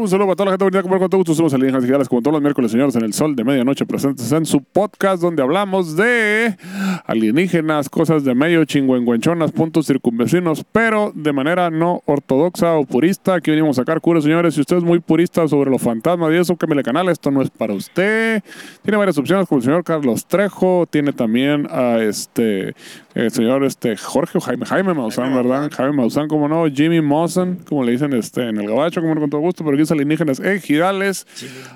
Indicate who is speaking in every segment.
Speaker 1: Un saludo para toda la gente bonita, como con todo gusto, somos alienígenas digitales, como todos los miércoles, señores, en el sol de medianoche, presentes en su podcast donde hablamos de alienígenas, cosas de medio, chingüengüenchonas, puntos circunvecinos, pero de manera no ortodoxa o purista. Aquí venimos a sacar curas, señores. Si usted es muy purista sobre los fantasmas y eso, cámbiale canal, esto no es para usted. Tiene varias opciones, como el señor Carlos Trejo, tiene también a este el señor este Jorge o Jaime, Jaime Maussan, ¿verdad? Jaime Maussan, como no, Jimmy Mausan, como le dicen este, en el gabacho, como no, con todo gusto, pero aquí es alienígenas ejidales,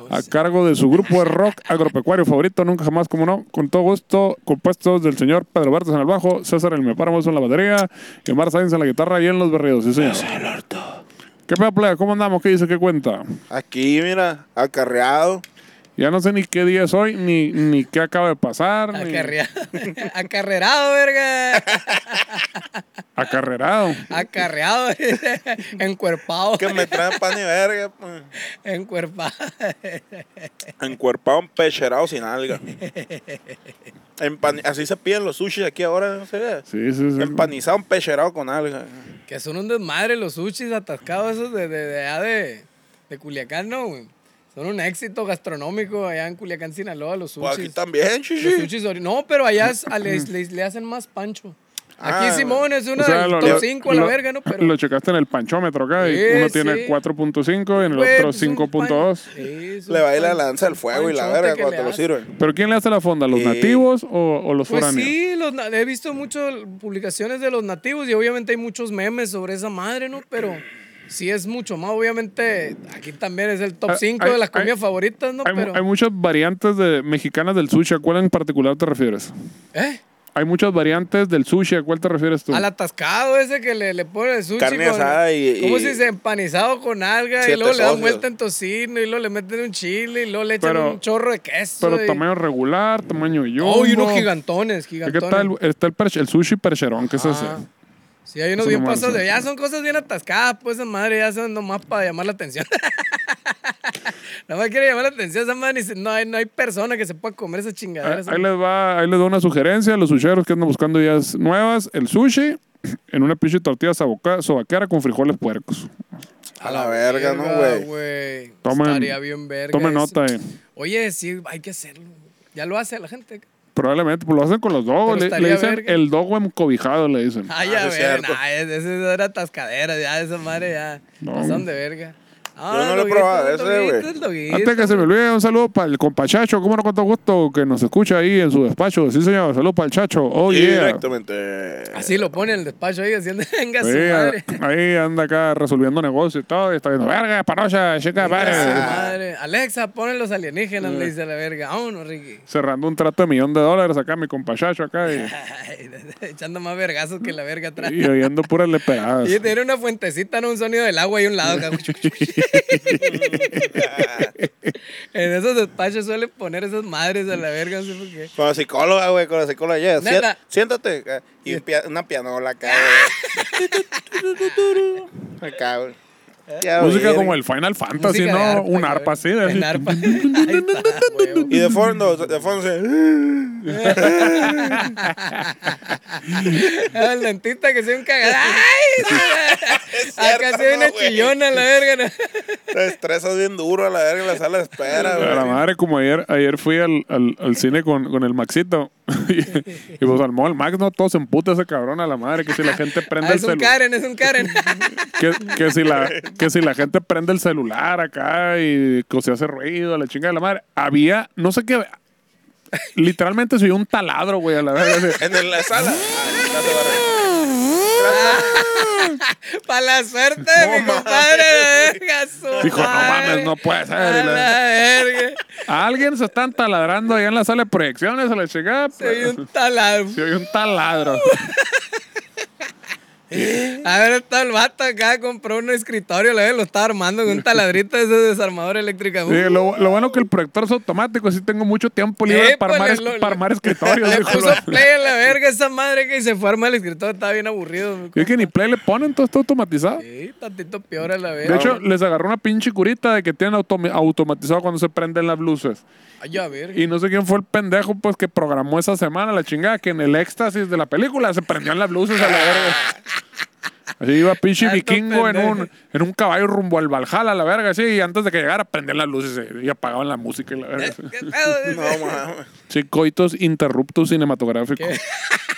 Speaker 1: a cargo de su grupo de rock agropecuario favorito, nunca jamás, como no, con todo gusto, compuestos del señor Pedro Bertes en el bajo, César el Mepáramo en la batería, y Omar Sáenz en la guitarra y en los berridos, sí señor. ¿Qué pedo, plebe? ¿Cómo andamos? ¿Qué dice? ¿Qué cuenta?
Speaker 2: Aquí, mira, acarreado.
Speaker 1: Ya no sé ni qué día es hoy, ni, ni qué acaba de pasar, ni-
Speaker 3: Acarrea- Acarrerado, verga.
Speaker 1: acarreado.
Speaker 3: Acarreado, encuerpado,
Speaker 2: Que me traen pan y verga. pues.
Speaker 3: encuerpado.
Speaker 2: Encuerpado, empecherado sin alga. Empan- Así se piden los sushis aquí ahora, no se ve.
Speaker 1: Sí, sí, sí.
Speaker 2: Empanizado, empecherado con alga.
Speaker 3: Que son un desmadre los sushis atascados esos de, de, de, allá de, de Culiacán, ¿no? güey? Son un éxito gastronómico allá en Culiacán, Sinaloa, los
Speaker 2: Pues aquí
Speaker 3: sushis.
Speaker 2: también,
Speaker 3: Los
Speaker 2: chichi.
Speaker 3: sushis ori- no, pero allá es- a les- les- le hacen más pancho. Aquí
Speaker 2: Ah,
Speaker 3: Simón es
Speaker 1: O
Speaker 3: una
Speaker 1: sea,
Speaker 3: de
Speaker 1: lo-
Speaker 3: los
Speaker 1: lo-
Speaker 3: top 5 a la
Speaker 1: lo-
Speaker 3: verga, ¿no? Pero,
Speaker 1: Lo checaste en el panchómetro acá. y
Speaker 3: Sí,
Speaker 1: uno
Speaker 3: sí.
Speaker 1: tiene 4.5 y en el
Speaker 3: güey,
Speaker 1: otro
Speaker 3: pues, un pan-
Speaker 1: 5.2
Speaker 3: Sí, es un
Speaker 2: Le baila la
Speaker 3: pan-
Speaker 2: lanza al
Speaker 3: un
Speaker 2: fuego y la
Speaker 3: panchote
Speaker 2: verga
Speaker 3: que
Speaker 2: cuando
Speaker 3: le
Speaker 2: te lo
Speaker 3: hacen.
Speaker 2: sirven.
Speaker 1: ¿Pero quién le hace la fonda? ¿Los
Speaker 2: Sí.
Speaker 1: nativos o, o los
Speaker 3: Pues
Speaker 1: foráneos?
Speaker 3: sí, los na- he visto muchas publicaciones de los nativos y obviamente hay muchos memes sobre esa madre, ¿no? Pero sí es mucho más. Obviamente, aquí también es el top
Speaker 1: Ah,
Speaker 3: 5
Speaker 1: hay-
Speaker 3: de las comidas
Speaker 1: hay-
Speaker 3: favoritas, ¿no?
Speaker 1: Hay, mu-
Speaker 3: Pero.
Speaker 1: hay muchas variantes de mexicanas del sushi. ¿A cuál en particular te refieres?
Speaker 3: ¿Eh?
Speaker 1: Hay muchas variantes del sushi. ¿A cuál te refieres tú?
Speaker 3: Al atascado ese que le, le ponen el sushi.
Speaker 2: Carne asada y-
Speaker 3: Como
Speaker 2: y-
Speaker 3: si se empanizado con alga y
Speaker 2: Siete
Speaker 3: luego le dan
Speaker 2: socios.
Speaker 3: vuelta en tocino y luego le meten un chile y luego le echan
Speaker 1: Pero-
Speaker 3: un chorro de queso.
Speaker 1: Pero
Speaker 3: y...
Speaker 1: tamaño regular, tamaño yo.
Speaker 3: Oh, y unos gigantones,
Speaker 1: ¿Qué
Speaker 3: gigantones.
Speaker 1: tal? Está el, perche- el sushi percherón. ¿Qué es ese?
Speaker 3: Ah, Sí, hay unos
Speaker 1: Eso
Speaker 3: bien
Speaker 1: nomás,
Speaker 3: pasados.
Speaker 1: ¿no?
Speaker 3: de- Ya son cosas bien atascadas, pues esa madre ya son nomás para llamar la atención. nomás quiere llamar la atención esa madre. ni se- No hay, no hay persona que se pueda comer esa
Speaker 1: Ah,
Speaker 3: chingadera.
Speaker 1: Ahí,
Speaker 3: esa
Speaker 1: les va, ahí les doy una sugerencia a los susheros que andan buscando ideas nuevas. El sushi en una pinche tortilla saboca- sobaquera con frijoles puercos.
Speaker 2: A la verga, ¿no, güey?
Speaker 3: güey?
Speaker 1: Tomen-
Speaker 3: Estaría bien verga.
Speaker 1: Tomen
Speaker 3: eso.
Speaker 1: nota, eh.
Speaker 3: Oye, sí, hay que hacerlo. Ya lo hace la gente.
Speaker 1: Probablemente, pues lo hacen con los dogos.
Speaker 3: Pero
Speaker 1: Le,
Speaker 3: estaría
Speaker 1: le dicen
Speaker 3: verga.
Speaker 1: el dogo encobijado, le dicen.
Speaker 3: Ay,
Speaker 2: Ah,
Speaker 3: ya
Speaker 2: sí es
Speaker 3: ver,
Speaker 2: cierto.
Speaker 3: nah, es- esa era atascadera, ya esa madre ya.
Speaker 1: No,
Speaker 3: Pasaron
Speaker 1: güey.
Speaker 3: de verga.
Speaker 2: Yo
Speaker 3: Ah,
Speaker 2: no lo he
Speaker 3: Doguito,
Speaker 2: probado ese,
Speaker 3: Doguito,
Speaker 2: güey.
Speaker 3: el Doguito.
Speaker 1: Antes que se me olvide, un saludo para el compachacho, como no con todo gusto, que nos escucha ahí en su despacho. Sí, señor, saludo para el chacho. Oh,
Speaker 2: Sí,
Speaker 1: yeah.
Speaker 2: Directamente.
Speaker 3: Así lo pone en el despacho ahí, haciendo venga su
Speaker 1: Sí,
Speaker 3: madre.
Speaker 1: a- ahí anda acá resolviendo negocios y todo, y está viendo, verga, panocha, chica,
Speaker 3: Esa
Speaker 1: madre.
Speaker 3: madre. Alexa, ponen los alienígenas,
Speaker 1: Ah.
Speaker 3: le dice la verga. Vámonos, Ricky.
Speaker 1: Cerrando un trato de millón de dólares acá, mi compachacho acá, y,
Speaker 3: Ay, echando más vergazos que la verga atrás.
Speaker 1: y oyendo puras leperadas.
Speaker 3: Y tiene una fuentecita, ¿no? un sonido del agua y un lado. acá. en esos despachos suelen poner esas madres a la verga, no sé por qué.
Speaker 2: Con la psicóloga, güey, con la psicóloga. Yeah.
Speaker 3: Nena.
Speaker 2: Sien- Siéntate. acá. Y un pia- una pianola acá, güey. Acá, güey.
Speaker 3: Eh.
Speaker 2: Ya,
Speaker 1: Música
Speaker 2: verga.
Speaker 1: como el Final Fantasy,
Speaker 3: Música de
Speaker 1: ¿no?
Speaker 3: arpa,
Speaker 1: un
Speaker 3: cabrón.
Speaker 1: arpa así.
Speaker 3: En
Speaker 1: así.
Speaker 3: arpa. Ahí está, huevo.
Speaker 2: Y de fondo, de fondo se...
Speaker 3: El dentista que sea un cagado. ¡Ay!
Speaker 2: Es
Speaker 3: Acá
Speaker 2: cierto,
Speaker 3: se ve una
Speaker 2: ¿no, güey?
Speaker 3: chillona a la verga. ¿no?
Speaker 2: Te estresas bien duro a la verga en la sala de espera,
Speaker 1: A la
Speaker 2: güey.
Speaker 1: madre, como ayer, ayer fui al, al, al cine con, con el Maxito. y, y pues al mall Max, no, todos se emputa ese cabrón a la madre. Que si la gente prende
Speaker 3: Ah,
Speaker 1: el
Speaker 3: es un
Speaker 1: celular.
Speaker 3: Karen, es un Karen.
Speaker 1: Que, que si la, que si la gente prende el celular acá y que se hace ruido, la chinga de la madre. Había, no sé qué. Literalmente se oyó un taladro, güey, a la verga. así.
Speaker 2: En el- la sala. Ah, ya se barre.
Speaker 3: Para la suerte de mi
Speaker 2: No
Speaker 3: compadre, la verga, su
Speaker 1: Dijo, no
Speaker 3: madre.
Speaker 1: mames, no puede ser.
Speaker 3: A
Speaker 1: Y la-
Speaker 3: la verga.
Speaker 1: A alguien se están taladrando allá en la sala de proyecciones, a la chingada.
Speaker 3: Se oye un taladro.
Speaker 1: Se oye un taladro.
Speaker 3: A ver, está el vato acá, compró un escritorio, la vez lo estaba armando con un taladrito de ese desarmador eléctrica.
Speaker 1: Sí, lo, lo bueno que el proyector es automático, así tengo mucho tiempo libre
Speaker 3: Eh,
Speaker 1: para, armar,
Speaker 3: pues,
Speaker 1: es-
Speaker 3: lo-
Speaker 1: para armar escritorios.
Speaker 3: Le
Speaker 1: dijo
Speaker 3: puso
Speaker 1: lo-
Speaker 3: play a la verga esa madre que se fue a armar el escritorio, estaba bien aburrido. mi
Speaker 1: Y es que ni play le ponen, todo está automatizado.
Speaker 3: Sí, tantito peor a la verga.
Speaker 1: De hecho, les agarró una pinche curita de que tienen automi- automatizado cuando se prenden las luces.
Speaker 3: Ay, a verga.
Speaker 1: Y no sé quién fue el pendejo pues que programó esa semana la chingada que en el éxtasis de la película se prendían las luces a la verga. Así iba pinche
Speaker 3: Tanto
Speaker 1: vikingo en
Speaker 3: pendejo.
Speaker 1: un, en un caballo rumbo al Valhalla a la verga, así, y antes de que llegara prendían las luces y, y apagaban la música y la verga. así.
Speaker 3: ¿Qué pedo?
Speaker 2: No, mames.
Speaker 1: Sí, coitos interruptos cinematográficos.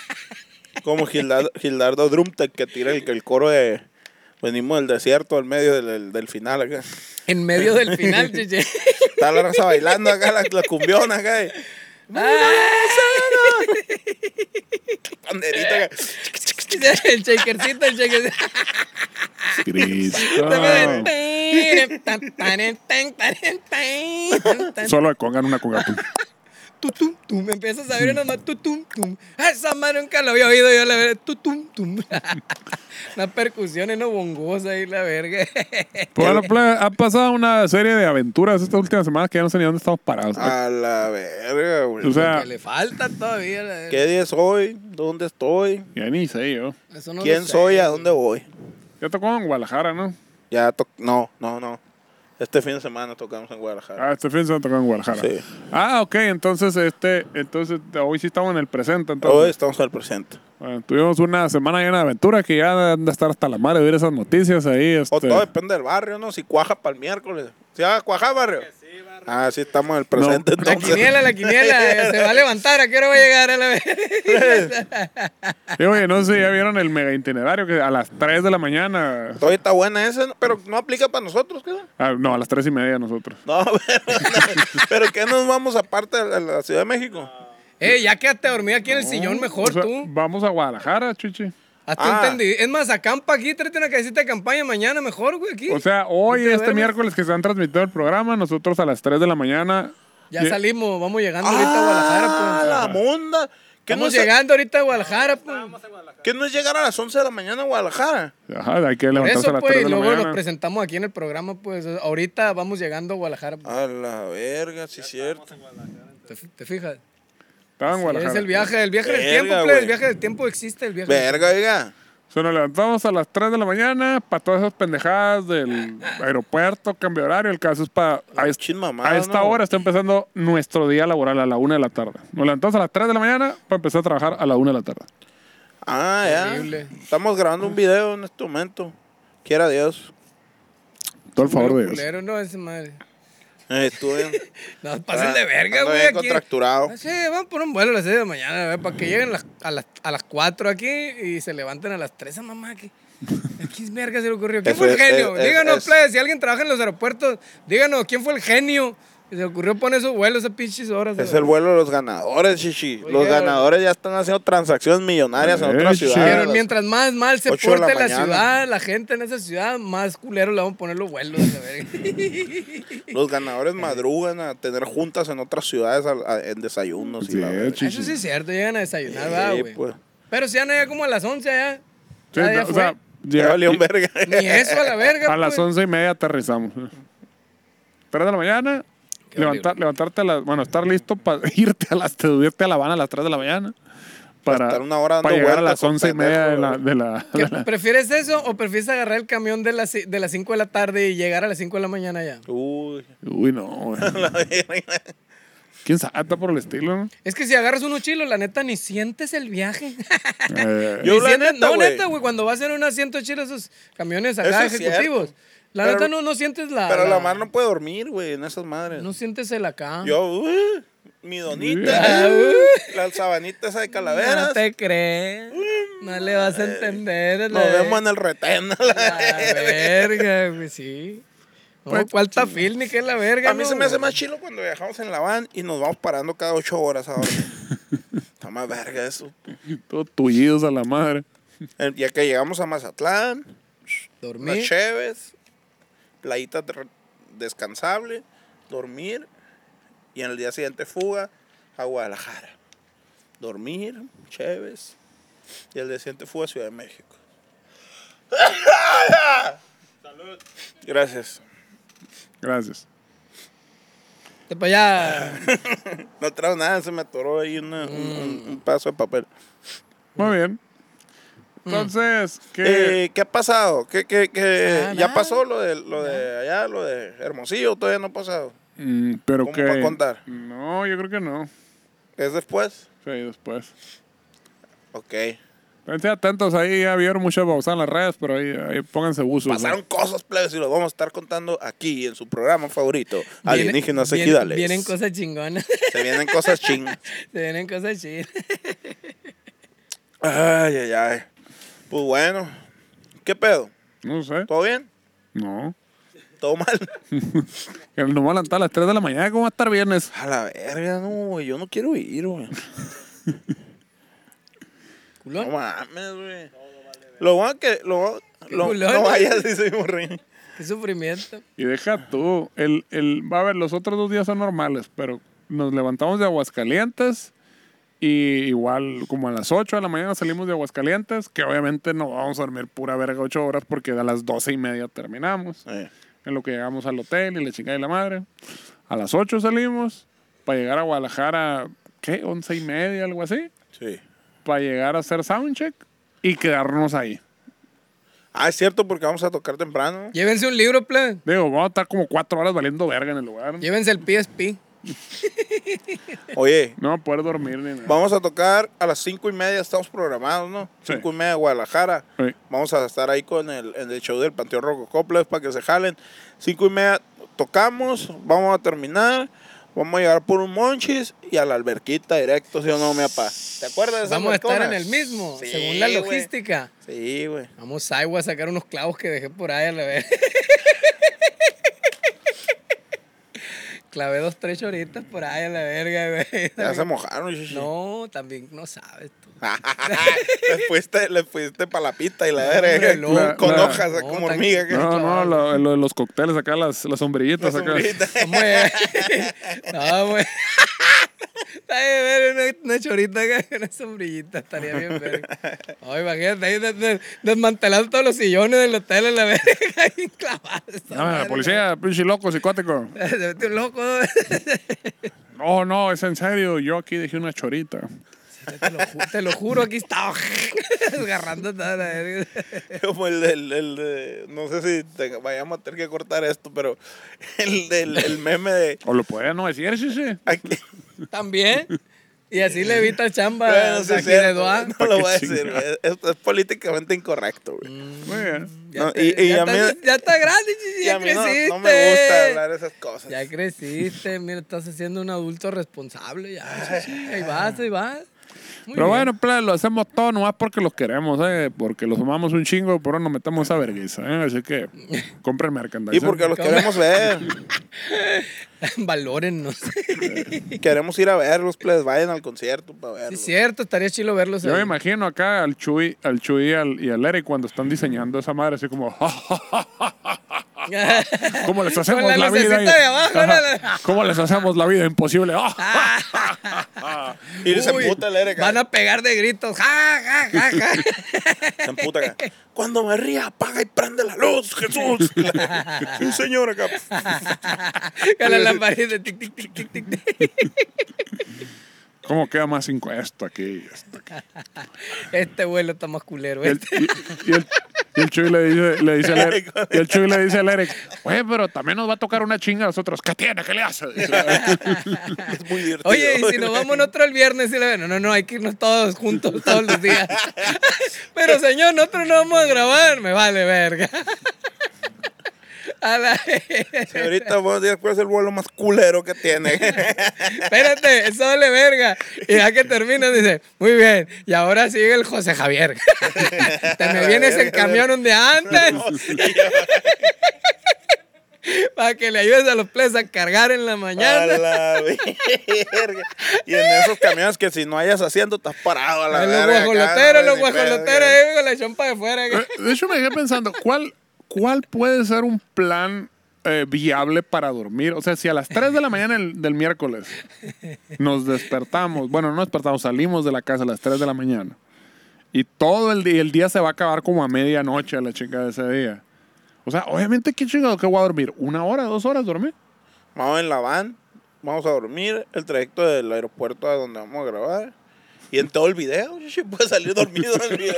Speaker 2: Como Gildardo, Gildardo Drumtek que tira el, el coro de. Venimos del desierto al medio del, del- del final acá.
Speaker 3: En medio del final, chiche.
Speaker 2: Está la raza bailando acá, la, la cumbiona acá. y Panderita acá.
Speaker 3: el shakercito, el shakercito.
Speaker 1: Cristo. Solo congan una cugatú.
Speaker 3: Tutum, tum. Me empiezas a ver una más tutum, tum. Ah, Esa madre nunca la había oído yo, la verga. Tutum, tum. Una percusión en bongos ahí, la verga.
Speaker 1: Bueno, plebe, ha pasado una serie de aventuras estas últimas semanas que ya no sé ni dónde estamos parados.
Speaker 2: A la verga, güey.
Speaker 1: o sea,
Speaker 3: Que Ah, le falta todavía, la verga.
Speaker 2: ¿Qué día es hoy? ¿Dónde estoy?
Speaker 1: ya ni sé yo.
Speaker 3: Eso no lo
Speaker 2: ¿Quién
Speaker 3: sé.
Speaker 2: soy? ¿A dónde voy?
Speaker 1: Ya tocó en Guadalajara, ¿no?
Speaker 2: Ya to- No, no, no. Este fin de semana tocamos en Guadalajara.
Speaker 1: Ah, este fin de semana tocó en Guadalajara.
Speaker 2: Sí.
Speaker 1: Ah, ok, entonces este, entonces hoy sí estamos en el presente.
Speaker 2: Hoy
Speaker 1: Entonces,
Speaker 2: estamos al presente.
Speaker 1: Bueno, tuvimos una semana llena de aventuras que ya han de estar hasta la madre de ver esas noticias ahí. Este,
Speaker 2: O todo depende del barrio, ¿no? Si cuaja para el miércoles. ¿Si va a cuajar, barrio? Ah, sí, estamos en el presente
Speaker 3: La quiniela,
Speaker 2: entonces.
Speaker 3: la quiniela. Se va a levantar. ¿A qué hora va a llegar a la verga?
Speaker 1: Y, oye, no sé si ya vieron el mega itinerario que a las 3 de la mañana.
Speaker 2: Todavía está buena esa, ¿no? pero no aplica para nosotros, ¿qué?
Speaker 1: ah, no, a las 3 y media nosotros.
Speaker 2: No, pero, pero ¿qué nos vamos aparte a la, a la Ciudad de México?
Speaker 3: Eh, ya quédate dormido aquí en el sillón mejor
Speaker 1: O sea,
Speaker 3: tú.
Speaker 1: Vamos a Guadalajara, chichi.
Speaker 3: Hazte
Speaker 2: Ah.
Speaker 3: entendido. Es más, acampa aquí, tráete una casita de campaña mañana mejor, güey, aquí.
Speaker 1: O sea, hoy,
Speaker 3: No te
Speaker 1: este
Speaker 3: duermes.
Speaker 1: miércoles que se han transmitido el programa, nosotros a las 3 de la mañana.
Speaker 3: ya
Speaker 1: Ye- Ah,
Speaker 3: salimos, vamos llegando ahorita a Guadalajara,
Speaker 2: la
Speaker 3: pues.
Speaker 2: monda! ¿Qué no,
Speaker 3: Estamos
Speaker 2: es,
Speaker 3: llegando ahorita a Guadalajara, pues.
Speaker 2: ¿Qué no es llegar a las 11 de la mañana a Guadalajara?
Speaker 1: Ajá, hay que
Speaker 3: Por
Speaker 1: levantarse a
Speaker 3: eso,
Speaker 1: las
Speaker 3: pues,
Speaker 1: 3
Speaker 3: y
Speaker 1: de la
Speaker 3: luego nos
Speaker 1: mañana.
Speaker 3: presentamos aquí en el programa, pues. Ahorita vamos llegando a Guadalajara, pues.
Speaker 2: A la verga, sí, cierto.
Speaker 3: ¿Te, fi- te fijas?
Speaker 1: Estaba en
Speaker 3: Sí, es
Speaker 1: Guadalajara.
Speaker 3: el viaje, el viaje del
Speaker 2: Verga,
Speaker 3: tiempo, pues.
Speaker 2: güey.
Speaker 3: El viaje del tiempo existe, el viaje. del
Speaker 2: Verga, oiga.
Speaker 1: So, nos levantamos a las 3 de la mañana para todas esas pendejadas del aeropuerto, cambio de horario. El caso es para. A, est-
Speaker 2: Chin mamada,
Speaker 1: a esta
Speaker 2: ¿no?
Speaker 1: hora está empezando nuestro día laboral a la 1 de la tarde. Nos levantamos a las 3 de la mañana para empezar a trabajar a la 1 de la tarde.
Speaker 2: Ah, ya.
Speaker 3: Horrible.
Speaker 2: Estamos grabando un video en este momento. Quiera Dios.
Speaker 1: Todo el favor de
Speaker 3: culero,
Speaker 1: Dios.
Speaker 3: culero, no, esa madre.
Speaker 2: Eh, estuve.
Speaker 3: No, pasen de verga,
Speaker 2: Ah, Ando
Speaker 3: güey.
Speaker 2: bien
Speaker 3: aquí.
Speaker 2: contracturado.
Speaker 3: Ah, Sí, van por un vuelo a las 6 de la mañana, güey, para que lleguen las- a, las, a las 4 aquí y se levanten a las 3 a mamá. ¿Qué, ¿Qué verga se le ocurrió? ¿Quién
Speaker 2: Eso
Speaker 3: fue el
Speaker 2: es-
Speaker 3: genio?
Speaker 2: es- es-
Speaker 3: díganos,
Speaker 2: es-
Speaker 3: plebes, si alguien trabaja en los aeropuertos, díganos, ¿quién fue el genio? que se le ocurrió poner esos vuelos a pinches horas.
Speaker 2: Es
Speaker 3: güey?
Speaker 2: el vuelo de los ganadores, chichi.
Speaker 3: Oiga.
Speaker 2: Los ganadores ya están haciendo transacciones millonarias en
Speaker 1: Eh,
Speaker 2: otras
Speaker 1: chichi.
Speaker 2: ciudades.
Speaker 3: Pero mientras más mal se
Speaker 2: Ocho de la
Speaker 3: porte la,
Speaker 2: mañana.
Speaker 3: ciudad, la gente en esa ciudad, más culero le van a poner los vuelos. la verga.
Speaker 2: Los ganadores madrugan a tener juntas en otras ciudades al- a- en desayunos. y
Speaker 1: Sí,
Speaker 2: la verga.
Speaker 1: chichi.
Speaker 3: Eso sí es cierto, llegan a desayunar,
Speaker 2: Sí,
Speaker 3: ¿verdad, güey?
Speaker 2: pues.
Speaker 3: Pero si van allá como a las 11 allá.
Speaker 1: Sí,
Speaker 3: Ah,
Speaker 1: no,
Speaker 3: ya
Speaker 1: o sea,
Speaker 3: fue.
Speaker 1: llega-
Speaker 2: Ya valió un verga.
Speaker 3: Ni eso a la verga.
Speaker 1: a las
Speaker 3: pues.
Speaker 1: 11 y media aterrizamos. 3 de la mañana.
Speaker 3: Qué
Speaker 1: Levantar, levantarte a las. Bueno, estar listo para irte a las. Te irte a La Habana a las 3 de la mañana. Para,
Speaker 2: estar una hora
Speaker 1: para
Speaker 2: dando
Speaker 1: llegar a
Speaker 2: vueltas
Speaker 1: las
Speaker 2: con
Speaker 1: 11 y media de la,
Speaker 2: pendejos,
Speaker 1: de la-
Speaker 3: ¿Qué-
Speaker 1: de la-
Speaker 3: ¿Prefieres eso o prefieres agarrar el camión de las, ci- de las 5 de la tarde y llegar a las 5 de la mañana ya?
Speaker 2: Uy.
Speaker 1: Uy, no, güey.
Speaker 2: la verga.
Speaker 1: ¿Quién sabe? Está por el estilo, ¿no?
Speaker 3: Es que si agarras unos chilos, la neta, ni sientes el viaje.
Speaker 1: Eh,
Speaker 2: Yo,
Speaker 3: Ni
Speaker 2: la
Speaker 3: sientes-
Speaker 2: neta,
Speaker 3: no,
Speaker 2: güey.
Speaker 3: neta, güey, cuando vas en un asiento chilo, esos camiones acá
Speaker 2: Eso es
Speaker 3: ejecutivos.
Speaker 2: cierto.
Speaker 3: La
Speaker 2: Pero-
Speaker 3: neta, no, no sientes la...
Speaker 2: Pero la mar no puede dormir, güey, en esas madres.
Speaker 3: No sientes el acá.
Speaker 2: Yo, uh, mi donita,
Speaker 3: Ah, uh,
Speaker 2: la sabanita esa de
Speaker 3: no
Speaker 2: calaveras.
Speaker 3: te crees. No le vas a entender.
Speaker 2: Nos
Speaker 3: la-
Speaker 2: vemos en el retén.
Speaker 3: La verga, güey, sí. No,
Speaker 1: Pues,
Speaker 3: falta Phil, ni que la verga.
Speaker 2: A mí
Speaker 3: no,
Speaker 2: se me hace
Speaker 3: güey.
Speaker 2: más chilo cuando viajamos en la van y nos vamos parando cada ocho horas ahora. Está más verga eso.
Speaker 1: todos tullidos a la madre.
Speaker 2: El día que llegamos a Mazatlán,
Speaker 3: Dormir.
Speaker 2: las cheves, playita de- descansable, dormir y en el día siguiente fuga a Guadalajara. Dormir, cheves y el día siguiente fuga a Ciudad de México. Gracias.
Speaker 1: Gracias.
Speaker 3: De para allá.
Speaker 2: No trajo nada, se me atoró ahí una- un,
Speaker 3: Mm.
Speaker 2: un- un paso de papel.
Speaker 1: Muy bien. Entonces, ¿qué?
Speaker 2: Eh, ¿Qué ha pasado? ¿Qué, qué, qué?
Speaker 3: Ah,
Speaker 2: ¿Ya
Speaker 3: nada.
Speaker 2: pasó lo de, lo de allá, lo de Hermosillo? Todavía no ha pasado.
Speaker 1: Mm, pero
Speaker 2: ¿Cómo
Speaker 1: que-
Speaker 2: va a contar?
Speaker 1: No, yo creo que no.
Speaker 2: ¿Es después?
Speaker 1: Sí, después.
Speaker 2: Ok.
Speaker 3: Pues
Speaker 1: Estén atentos ahí, ya vieron muchas babosadas en las redes, pero ahí, ahí pónganse buzos. ¿no?
Speaker 2: Pasaron cosas plebes y lo vamos a estar contando aquí en su programa favorito, Alienígenas
Speaker 3: Vienen-
Speaker 2: Ejidales.
Speaker 3: Vienen cosas chingonas.
Speaker 2: Se vienen cosas ching.
Speaker 3: Se vienen cosas chidas.
Speaker 2: Ay, ay, ay. Pues bueno, ¿qué pedo?
Speaker 1: No sé.
Speaker 2: ¿Todo bien?
Speaker 1: No.
Speaker 2: ¿Todo mal?
Speaker 1: Que nos va a levantar a las 3 de la mañana, ¿cómo va a estar viernes?
Speaker 2: A la verga, no, güey. Yo no quiero ir, güey. No
Speaker 3: Culón.
Speaker 2: mames, güey. Lo bueno que. Lo, lo,
Speaker 3: culón,
Speaker 2: no
Speaker 3: güey.
Speaker 2: vayas, dice Morrín.
Speaker 3: Qué sufrimiento.
Speaker 1: Y deja tú, el, el, va a ver, los otros dos días son normales, pero nos levantamos de Aguascalientes y igual como a las 8 de la mañana salimos de Aguascalientes, que obviamente no vamos a dormir pura verga 8 horas porque a las 12 y media terminamos,
Speaker 2: Eh,
Speaker 1: en lo que llegamos al hotel y la chica y la madre. A las 8 salimos para llegar a Guadalajara, ¿qué? 11 y media, algo así,
Speaker 2: Sí.
Speaker 1: para llegar a hacer soundcheck y quedarnos ahí.
Speaker 2: Ah, es cierto, porque vamos a tocar temprano.
Speaker 3: Llévense un libro, plebe.
Speaker 1: Digo, vamos a estar como 4 horas valiendo verga en el lugar.
Speaker 3: Llévense el PSP.
Speaker 2: Oye,
Speaker 1: No vamos a poder dormir ni nada.
Speaker 2: vamos a tocar a las cinco y media, estamos programados, ¿no?
Speaker 1: Sí.
Speaker 2: Cinco y media, Guadalajara.
Speaker 1: Sí.
Speaker 2: Vamos a estar ahí con el, en el show del Panteón Rococó, plebes, para que se jalen. Cinco y media tocamos, vamos a terminar. Vamos a llegar por un monchis y a la alberquita directo, ¿sí o no, mi papá? ¿Te acuerdas de esa
Speaker 3: Vamos a estar en
Speaker 2: albercona?
Speaker 3: el mismo,
Speaker 2: Sí,
Speaker 3: según la
Speaker 2: güey.
Speaker 3: logística.
Speaker 2: Sí, güey.
Speaker 3: Vamos ahí, voy a sacar unos clavos que dejé por ahí a la vez. Clavé dos, tres choritas por ahí a la verga, güey.
Speaker 2: Ya se mojaron. shishi.
Speaker 3: No, también no sabes tú.
Speaker 2: le fuiste, le fuiste pa' la pita y la verga.
Speaker 3: Hombre, loco.
Speaker 2: con- con
Speaker 1: La-
Speaker 2: hojas
Speaker 3: no,
Speaker 2: como
Speaker 3: tan-
Speaker 2: hormiga. que-
Speaker 1: No, no, lo, lo de los cócteles acá, las, las sombrillitas
Speaker 2: Las
Speaker 1: acá.
Speaker 2: sombritas.
Speaker 3: ¿Cómo es? No, pues. güey. Ay, ver una, una chorita acá, una sombrillita, estaría bien verga. Ay, imagínate, ahí des- des- desmantelando todos los sillones del hotel a la verga y clavados.
Speaker 1: Ah, policía, pinche loco, psicótico.
Speaker 3: Se metió un loco.
Speaker 1: No, no, es en serio, yo aquí dejé una chorita.
Speaker 3: Te lo, ju- te lo juro, aquí estaba agarrando toda la verga.
Speaker 2: Como el del. el de- no sé si te- vayamos a tener que cortar esto, pero el del el meme de.
Speaker 1: O lo podía no decir, sí, sí.
Speaker 2: Aquí,
Speaker 3: También. Y así le evita chamba
Speaker 2: Bueno,
Speaker 3: a
Speaker 2: sí es
Speaker 3: Joaquín
Speaker 2: cierto,
Speaker 3: Eduardo.
Speaker 2: no lo
Speaker 1: Pa'
Speaker 2: voy a
Speaker 1: que
Speaker 2: decir,
Speaker 1: chinga.
Speaker 2: güey. Esto es políticamente incorrecto, güey.
Speaker 3: Mm.
Speaker 1: Muy bien.
Speaker 3: Ya,
Speaker 2: No,
Speaker 3: está-
Speaker 2: y- y
Speaker 3: ya
Speaker 2: a mí-
Speaker 3: está- ya está grande, chichi,
Speaker 2: Y
Speaker 3: ya
Speaker 2: a mí no,
Speaker 3: creciste.
Speaker 2: no me gusta hablar esas cosas.
Speaker 3: Ya creciste, mira, estás haciendo un adulto responsable ya, chichi, ahí vas, ahí vas. Muy
Speaker 1: Pero
Speaker 3: bien.
Speaker 1: bueno, plan, lo hacemos todo nomás porque los queremos, ¿eh? Porque los amamos un chingo, pero nos metemos esa vergüenza, ¿eh? Así que compren eh.
Speaker 2: Y
Speaker 1: mercancía.
Speaker 2: porque los queremos ver.
Speaker 3: valórennos.
Speaker 2: queremos ir a verlos, please. Vayan al concierto para
Speaker 3: Sí, es
Speaker 2: verlos.
Speaker 3: cierto, estaría chido verlos.
Speaker 1: Yo me
Speaker 3: ahí.
Speaker 1: imagino acá al Chuy, al Chuy y al- y al Eric cuando están diseñando esa madre, así como, "Ah, "Ja, ja, ja, ah, ¿Cómo les hacemos
Speaker 3: Con la
Speaker 1: la, vida?
Speaker 3: lucecita de abajo,
Speaker 1: Ajá.
Speaker 3: la-
Speaker 1: ¿Cómo les hacemos la vida imposible? ¡Ah!
Speaker 2: Y se
Speaker 3: Uy,
Speaker 2: emputa el Eric.
Speaker 3: Van a pegar de gritos. Ja, ja, ja, ja.
Speaker 2: Se emputa acá. Cuando me ría, apaga y prende la luz, Jesús. Un señor acá.
Speaker 3: Con la lamparita. Tic, tic, tic, tic, tic, tic.
Speaker 1: ¿Cómo queda más cinco esto aquí? esto aquí?
Speaker 3: Este vuelo está más culero.
Speaker 1: Y el,
Speaker 3: Este.
Speaker 1: y- y el- y el Chuy le dice, le dice al Eric, y el Chuy le dice al Eric, oye, pero también nos va a tocar una chinga a nosotros. ¿Qué tiene? ¿Qué le hace? Dice,
Speaker 2: Es muy divertido.
Speaker 3: Oye, y si nos vamos nosotros el viernes, y le no, no, no, hay que irnos todos juntos todos los días. Pero señor, nosotros no vamos a grabar, me vale verga. A la-
Speaker 2: Señorita, buenos días. ¿Cuál es el vuelo más culero que tiene?
Speaker 3: Espérate, eso vale verga. Y ya que termina, dice, muy bien, y ahora sigue el José Javier. Te me vienes en camión un día antes para que le ayudes a los plebes a cargar en la
Speaker 2: a
Speaker 3: mañana.
Speaker 2: la verga. Y en esos camiones que si no hayas haciendo, estás parado a la
Speaker 3: Los
Speaker 2: verga. acá,
Speaker 3: guajoloteros,
Speaker 2: no hay ni
Speaker 3: los
Speaker 2: pedo,
Speaker 3: guajoloteros, eh. ahí con la chompa de fuera. acá.
Speaker 1: Eh, De hecho, me quedé pensando, ¿cuál, cuál puede ser un plan eh, viable para dormir? O sea, si a las 3 de la mañana el- del miércoles nos despertamos, bueno, no despertamos, salimos de la casa a las 3 de la mañana Y todo el día, el día se va a acabar como a medianoche a la chica de ese día. O sea, obviamente, ¿qué chingado que voy a dormir? ¿Una hora, dos horas dormir?
Speaker 2: Vamos en la van, vamos a dormir, el trayecto del aeropuerto a donde vamos a grabar. Y en todo el video, sí, puede salir dormido en el video.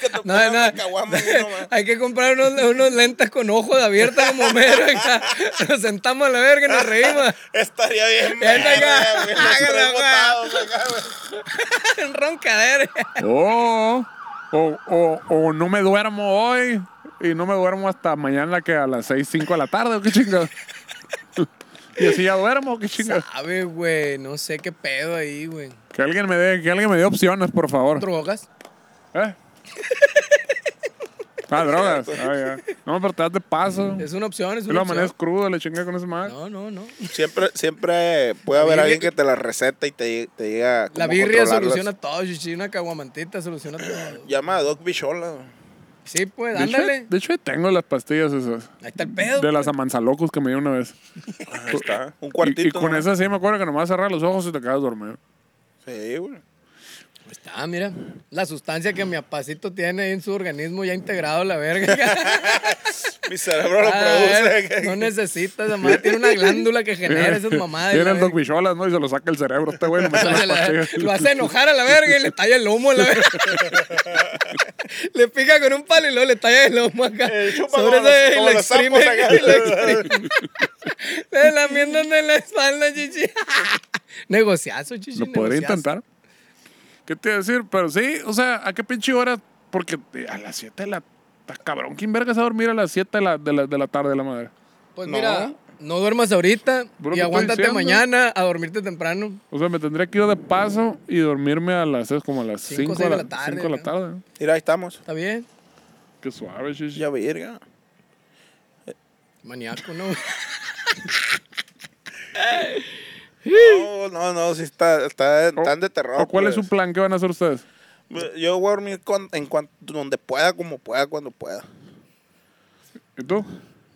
Speaker 2: que te
Speaker 3: No,
Speaker 2: pongan una
Speaker 3: no.
Speaker 2: caguama ahí nomás.
Speaker 3: Hay que comprar unos, unos lentes con ojos abiertos como mero. acá. Nos sentamos a la verga y nos reímos.
Speaker 2: Estaría bien.
Speaker 3: Ya está acá.
Speaker 2: verga, güey, los tres
Speaker 3: Hágalo, güey.
Speaker 2: botados acá, güey.
Speaker 3: En roncadera.
Speaker 1: O, o, o, o oh, no me duermo hoy y no me duermo hasta mañana que a las 6, 5 de la tarde, ¿o qué chingado? y así ya duermo, ¿o qué chingado?
Speaker 3: Sabe, güey. No sé qué pedo ahí, güey.
Speaker 1: Que alguien me dé, que alguien me dé opciones, por favor.
Speaker 3: ¿Drogas?
Speaker 1: ¿Eh? Ah, drogas. Ah, ya. No, pero te das de paso.
Speaker 3: Es una opción, Mm, es
Speaker 1: Yo
Speaker 3: una
Speaker 1: lo
Speaker 3: opción.
Speaker 1: amanezco crudo, le chingué con ese madre.
Speaker 3: No, no, no.
Speaker 2: Siempre, siempre puede haber
Speaker 3: birria-
Speaker 2: alguien que te la receta y te, te llega.
Speaker 3: La
Speaker 2: como
Speaker 3: birria
Speaker 2: controlarlas.
Speaker 3: soluciona todo, chichi. Una caguamantita soluciona todo.
Speaker 2: Llama a Doc Bichola. güey.
Speaker 3: Sí, pues,
Speaker 1: De hecho,
Speaker 3: ándale.
Speaker 1: de hecho, tengo las pastillas esas.
Speaker 3: Ahí está el pedo.
Speaker 1: De las amanzalocos que me dio una vez.
Speaker 2: Ahí está. Un
Speaker 1: Y-
Speaker 2: cuartito.
Speaker 1: Y, con
Speaker 2: ¿no?
Speaker 1: esas sí me acuerdo que nomás cerrar los ojos y te quedas dormido.
Speaker 2: Sí, güey.
Speaker 3: Ahí está, Ah, mira. La sustancia que mi apacito tiene ahí en su organismo ya integrado, la verga.
Speaker 2: Mi cerebro lo
Speaker 3: A ver,
Speaker 2: produce.
Speaker 3: Ah, eh, no necesitas, además tiene una glándula que genera esas mamadas.
Speaker 1: Tiene
Speaker 3: la
Speaker 1: el Doc
Speaker 3: verga.
Speaker 1: Bicholas, ¿no? Y se lo saca el cerebro a este güey. le mete las pastillas.
Speaker 3: Lo hace enojar a la verga y le talla el lomo a la verga. le pica con un palo y luego le talla el lomo acá.
Speaker 2: Eh, chupa
Speaker 3: Sobre
Speaker 2: como
Speaker 3: eso
Speaker 2: los-
Speaker 3: y
Speaker 2: como
Speaker 3: le
Speaker 2: los sapos
Speaker 3: exprime.
Speaker 2: acá.
Speaker 3: y le exprime. Le lamiendan de la espalda, chichi. Negociazo, chichi.
Speaker 1: Lo podría
Speaker 3: negociazo.
Speaker 1: intentar. ¿Qué te iba a decir? Pero sí, o sea, ¿a qué pinche hora? Porque eh, a las 7 de la... Está cabrón, ¿quién verga se va a dormir a las 7 de la, de la, de la tarde, la madre?
Speaker 3: Pues
Speaker 2: No.
Speaker 3: mira, no duermas ahorita
Speaker 1: Bro,
Speaker 3: y
Speaker 1: ¿qué estoy
Speaker 3: aguántate
Speaker 1: diciendo?
Speaker 3: mañana a dormirte temprano.
Speaker 1: O sea, me tendría que ir de paso y dormirme a las es como a las 5
Speaker 3: Cinco, seis
Speaker 1: de la tarde. de la
Speaker 3: acá.
Speaker 1: tarde. ¿no?
Speaker 2: Mira, ahí estamos.
Speaker 3: ¿Está bien?
Speaker 1: Qué suave, chichi.
Speaker 2: Ya, verga.
Speaker 3: Maníaco, ¿no?
Speaker 2: No, no, no, sí está, está
Speaker 1: O-
Speaker 2: tan de terror.
Speaker 1: ¿O cuál es
Speaker 2: pues.
Speaker 1: su plan? ¿Qué van a hacer ustedes?
Speaker 2: Yo voy a dormir con- en cuan- donde pueda, como pueda, cuando pueda.
Speaker 1: ¿Y tú?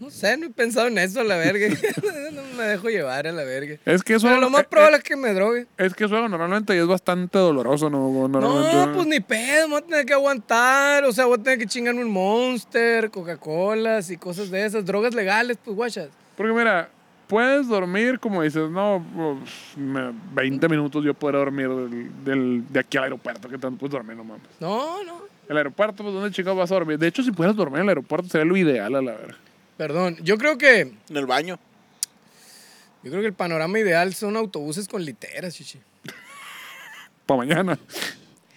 Speaker 3: No sé, no he pensado en eso, a la verga. no me dejo llevar a la verga.
Speaker 1: Es que eso...
Speaker 3: Pero lo más
Speaker 1: eh,
Speaker 3: probable es que me drogue.
Speaker 1: Es que eso normalmente es bastante doloroso, ¿no? Normalmente,
Speaker 3: No, pues ni pedo, me voy a tener que aguantar. O sea, voy a tener que chingarme un monster, Coca-Colas y cosas de esas. Drogas legales, pues guachas.
Speaker 1: Porque mira, puedes dormir, como dices, no, pues, me- 20 minutos yo podré dormir del, del- de aquí al aeropuerto, que tanto puedes dormir, no mames.
Speaker 3: No, no.
Speaker 1: El aeropuerto, pues, ¿dónde chicos vas a dormir? De hecho, si pudieras dormir en el aeropuerto sería lo ideal, a la verga.
Speaker 3: Perdón, yo creo que.
Speaker 2: En el baño.
Speaker 3: Yo creo que el panorama ideal son autobuses con literas, chichi.
Speaker 1: Para mañana.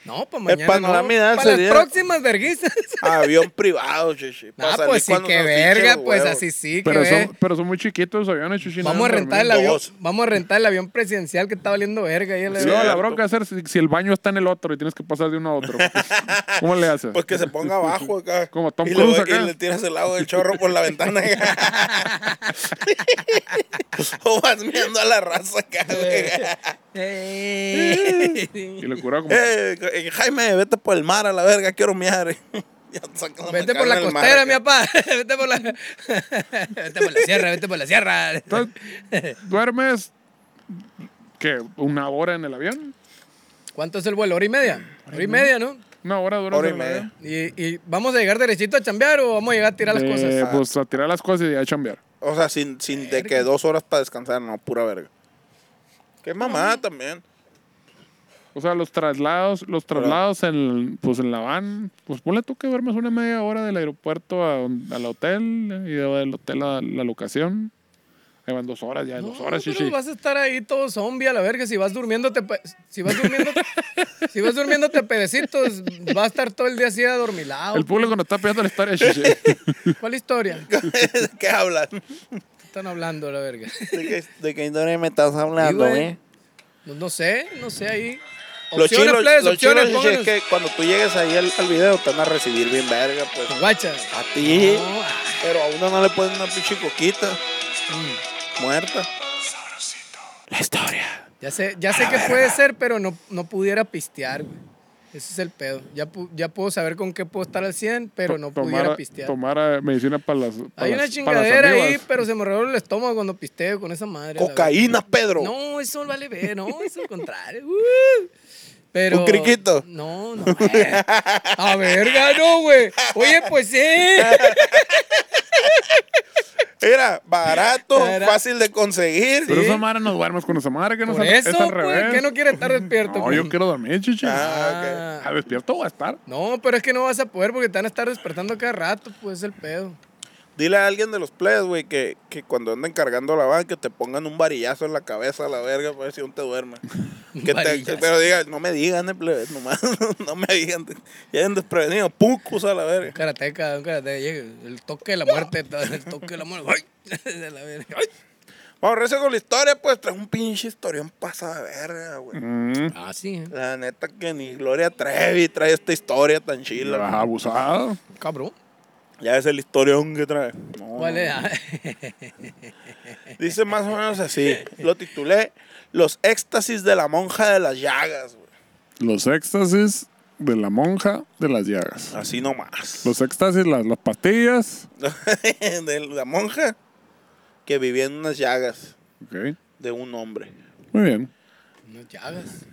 Speaker 3: No, para mañana.
Speaker 2: panorama
Speaker 3: no.
Speaker 2: ideal
Speaker 3: Para
Speaker 2: sería-
Speaker 3: las próximas verguizas.
Speaker 2: Avión privado, chichi. Pa'
Speaker 3: Ah,
Speaker 2: salir
Speaker 3: pues sí,
Speaker 2: cuando
Speaker 3: que
Speaker 2: nos hinchen
Speaker 3: verga,
Speaker 2: los
Speaker 3: pues
Speaker 2: huevos.
Speaker 3: así sí, que
Speaker 1: Pero
Speaker 3: ve.
Speaker 1: son, pero son muy chiquitos los aviones, chuchi. no
Speaker 3: Vamos a
Speaker 1: van
Speaker 3: rentar el
Speaker 1: dormir.
Speaker 3: avión.
Speaker 2: Dos.
Speaker 3: Vamos a rentar el avión presidencial que está valiendo verga ahí a la
Speaker 1: Y luego
Speaker 3: verga.
Speaker 1: la
Speaker 2: Cierto.
Speaker 1: bronca es si, si el baño está en el otro y tienes que pasar de uno a otro. pues, ¿Cómo le haces?
Speaker 2: Pues que se ponga abajo acá.
Speaker 1: Como Tom
Speaker 2: y
Speaker 1: Cruise
Speaker 2: le,
Speaker 1: acá.
Speaker 2: Y le tiras el agua del chorro por la ventana. o vas mirando a la raza acá, güey.
Speaker 1: Y le cura como...
Speaker 2: Eh, eh, Jaime, vete por el mar a la verga, quiero miar. Ya te sacan
Speaker 3: Vete
Speaker 2: macana
Speaker 3: por la
Speaker 2: del mar
Speaker 3: costera,
Speaker 2: acá.
Speaker 3: mi papá. Vete por la. vete por la sierra, vete por la sierra.
Speaker 1: Entonces, ¿Duermes qué? ¿Una hora en el avión?
Speaker 3: ¿Cuánto es el vuelo? ¿Hora y media? Hora y media, ¿no?
Speaker 1: Una hora dura.
Speaker 2: Hora y
Speaker 1: en el
Speaker 2: media.
Speaker 1: avión.
Speaker 3: ¿Y, y vamos a llegar derechito a chambear o vamos a llegar a tirar las
Speaker 1: De,
Speaker 3: cosas?
Speaker 1: Pues a tirar las cosas y a chambear.
Speaker 2: O sea, sin, sin de que dos horas para descansar, no, pura verga. Qué mamada también.
Speaker 1: O sea, los traslados, los traslados en, pues en la van, pues ponle tú que duermes una media hora del aeropuerto a un- al hotel y de- del hotel a la locación. Ahí van dos horas,
Speaker 2: Ah,
Speaker 1: ya
Speaker 3: No,
Speaker 1: dos horas,
Speaker 3: pero
Speaker 1: chichi.
Speaker 3: vas a estar ahí todo zombie a la verga. Si vas durmiéndote, pe- si vas durmiéndote, si vas durmiéndote pedecitos, va a estar todo el día así adormilado.
Speaker 1: El público no está pidiendo la historia, chichi.
Speaker 3: ¿Cuál historia?
Speaker 2: ¿De qué hablas?
Speaker 3: Están hablando a la verga.
Speaker 2: ¿De qué, de qué historia me estás
Speaker 3: Sí,
Speaker 2: hablando,
Speaker 3: güey.
Speaker 2: eh?
Speaker 3: No, Pues no sé, no sé ahí.
Speaker 2: Lo
Speaker 3: Opciones,
Speaker 2: chido,
Speaker 3: plebes,
Speaker 2: lo chido
Speaker 3: opciones,
Speaker 2: Gigi,
Speaker 3: pónganos.
Speaker 2: es que cuando tú llegues ahí al, al video te van a recibir bien verga, pues.
Speaker 3: Guacha.
Speaker 2: A ti.
Speaker 3: No, ah,
Speaker 2: Pero a uno no le ponen una pinche coquita
Speaker 3: mm.
Speaker 2: muerta. La historia.
Speaker 3: Ya sé, ya sé que puede ser, pero no, no pudiera pistear, güey. Ese es el pedo. Ya, pu- ya puedo saber con qué puedo estar al 100, pero no pudiera pistear.
Speaker 1: tomar eh, medicina para las. pa'
Speaker 3: Hay
Speaker 1: las- pa'
Speaker 3: una
Speaker 1: las
Speaker 3: chingadera ahí,
Speaker 1: amibas.
Speaker 3: pero se me revuelve el estómago cuando pisteo con esa madre. la
Speaker 2: Cocaína, Pedro.
Speaker 3: verdad. No, eso no vale ver, no, eso al contrario. Uh. Pero,
Speaker 2: ¿Un criquito?
Speaker 3: No, no. eh. A verga, no, güey. Oye, pues sí.
Speaker 2: Era barato,
Speaker 3: Era-
Speaker 2: fácil de conseguir.
Speaker 1: Pero
Speaker 3: pues, Sí.
Speaker 1: esa madre nos duermes con esa madre que nos
Speaker 3: Por
Speaker 1: es
Speaker 3: eso,
Speaker 1: al
Speaker 3: pues,
Speaker 1: revés.
Speaker 3: ¿qué no quiere estar despierto,
Speaker 1: No,
Speaker 3: pues?
Speaker 1: yo quiero dormir, chichi.
Speaker 2: Ah,
Speaker 1: Ah, ¿Despierto voy a estar?
Speaker 3: No, pero es que no vas a poder porque te van a estar despertando cada rato, pues es el pedo.
Speaker 2: Dile a alguien de los players, güey, que, que cuando anden cargando la banca te pongan un varillazo en la cabeza a la verga para ver si aún te duermes. Que te, que
Speaker 3: Varillazo.
Speaker 2: te lo digan, no me digan, eh, plebes, nomás, no me digan. Ya hayan desprevenido, pucus a la verga.
Speaker 3: Karateka, un karate, llega, el toque de la muerte, todo, el toque de la muerte. ¡Ay! De la verga. ¡Ay!
Speaker 2: Vamos, rezo con la historia, pues trae un pinche historión pasada de verga, güey.
Speaker 1: Mm.
Speaker 3: Ah, sí, eh.
Speaker 2: La neta que ni Gloria Trevi trae esta historia tan chila.
Speaker 1: Las abusado.
Speaker 3: cabrón.
Speaker 2: Ya ves el historión que trae. No,
Speaker 3: ¿Cuál
Speaker 2: no,
Speaker 3: es?
Speaker 2: Dice más o menos así. Lo titulé Los éxtasis de la monja de las llagas, güey.
Speaker 1: Los éxtasis de la monja de las llagas.
Speaker 2: Así nomás.
Speaker 1: Los éxtasis, las, las pastillas.
Speaker 2: de la monja que vivía en unas llagas
Speaker 1: Ok.
Speaker 2: de un hombre.
Speaker 1: Muy bien.
Speaker 3: No llagas.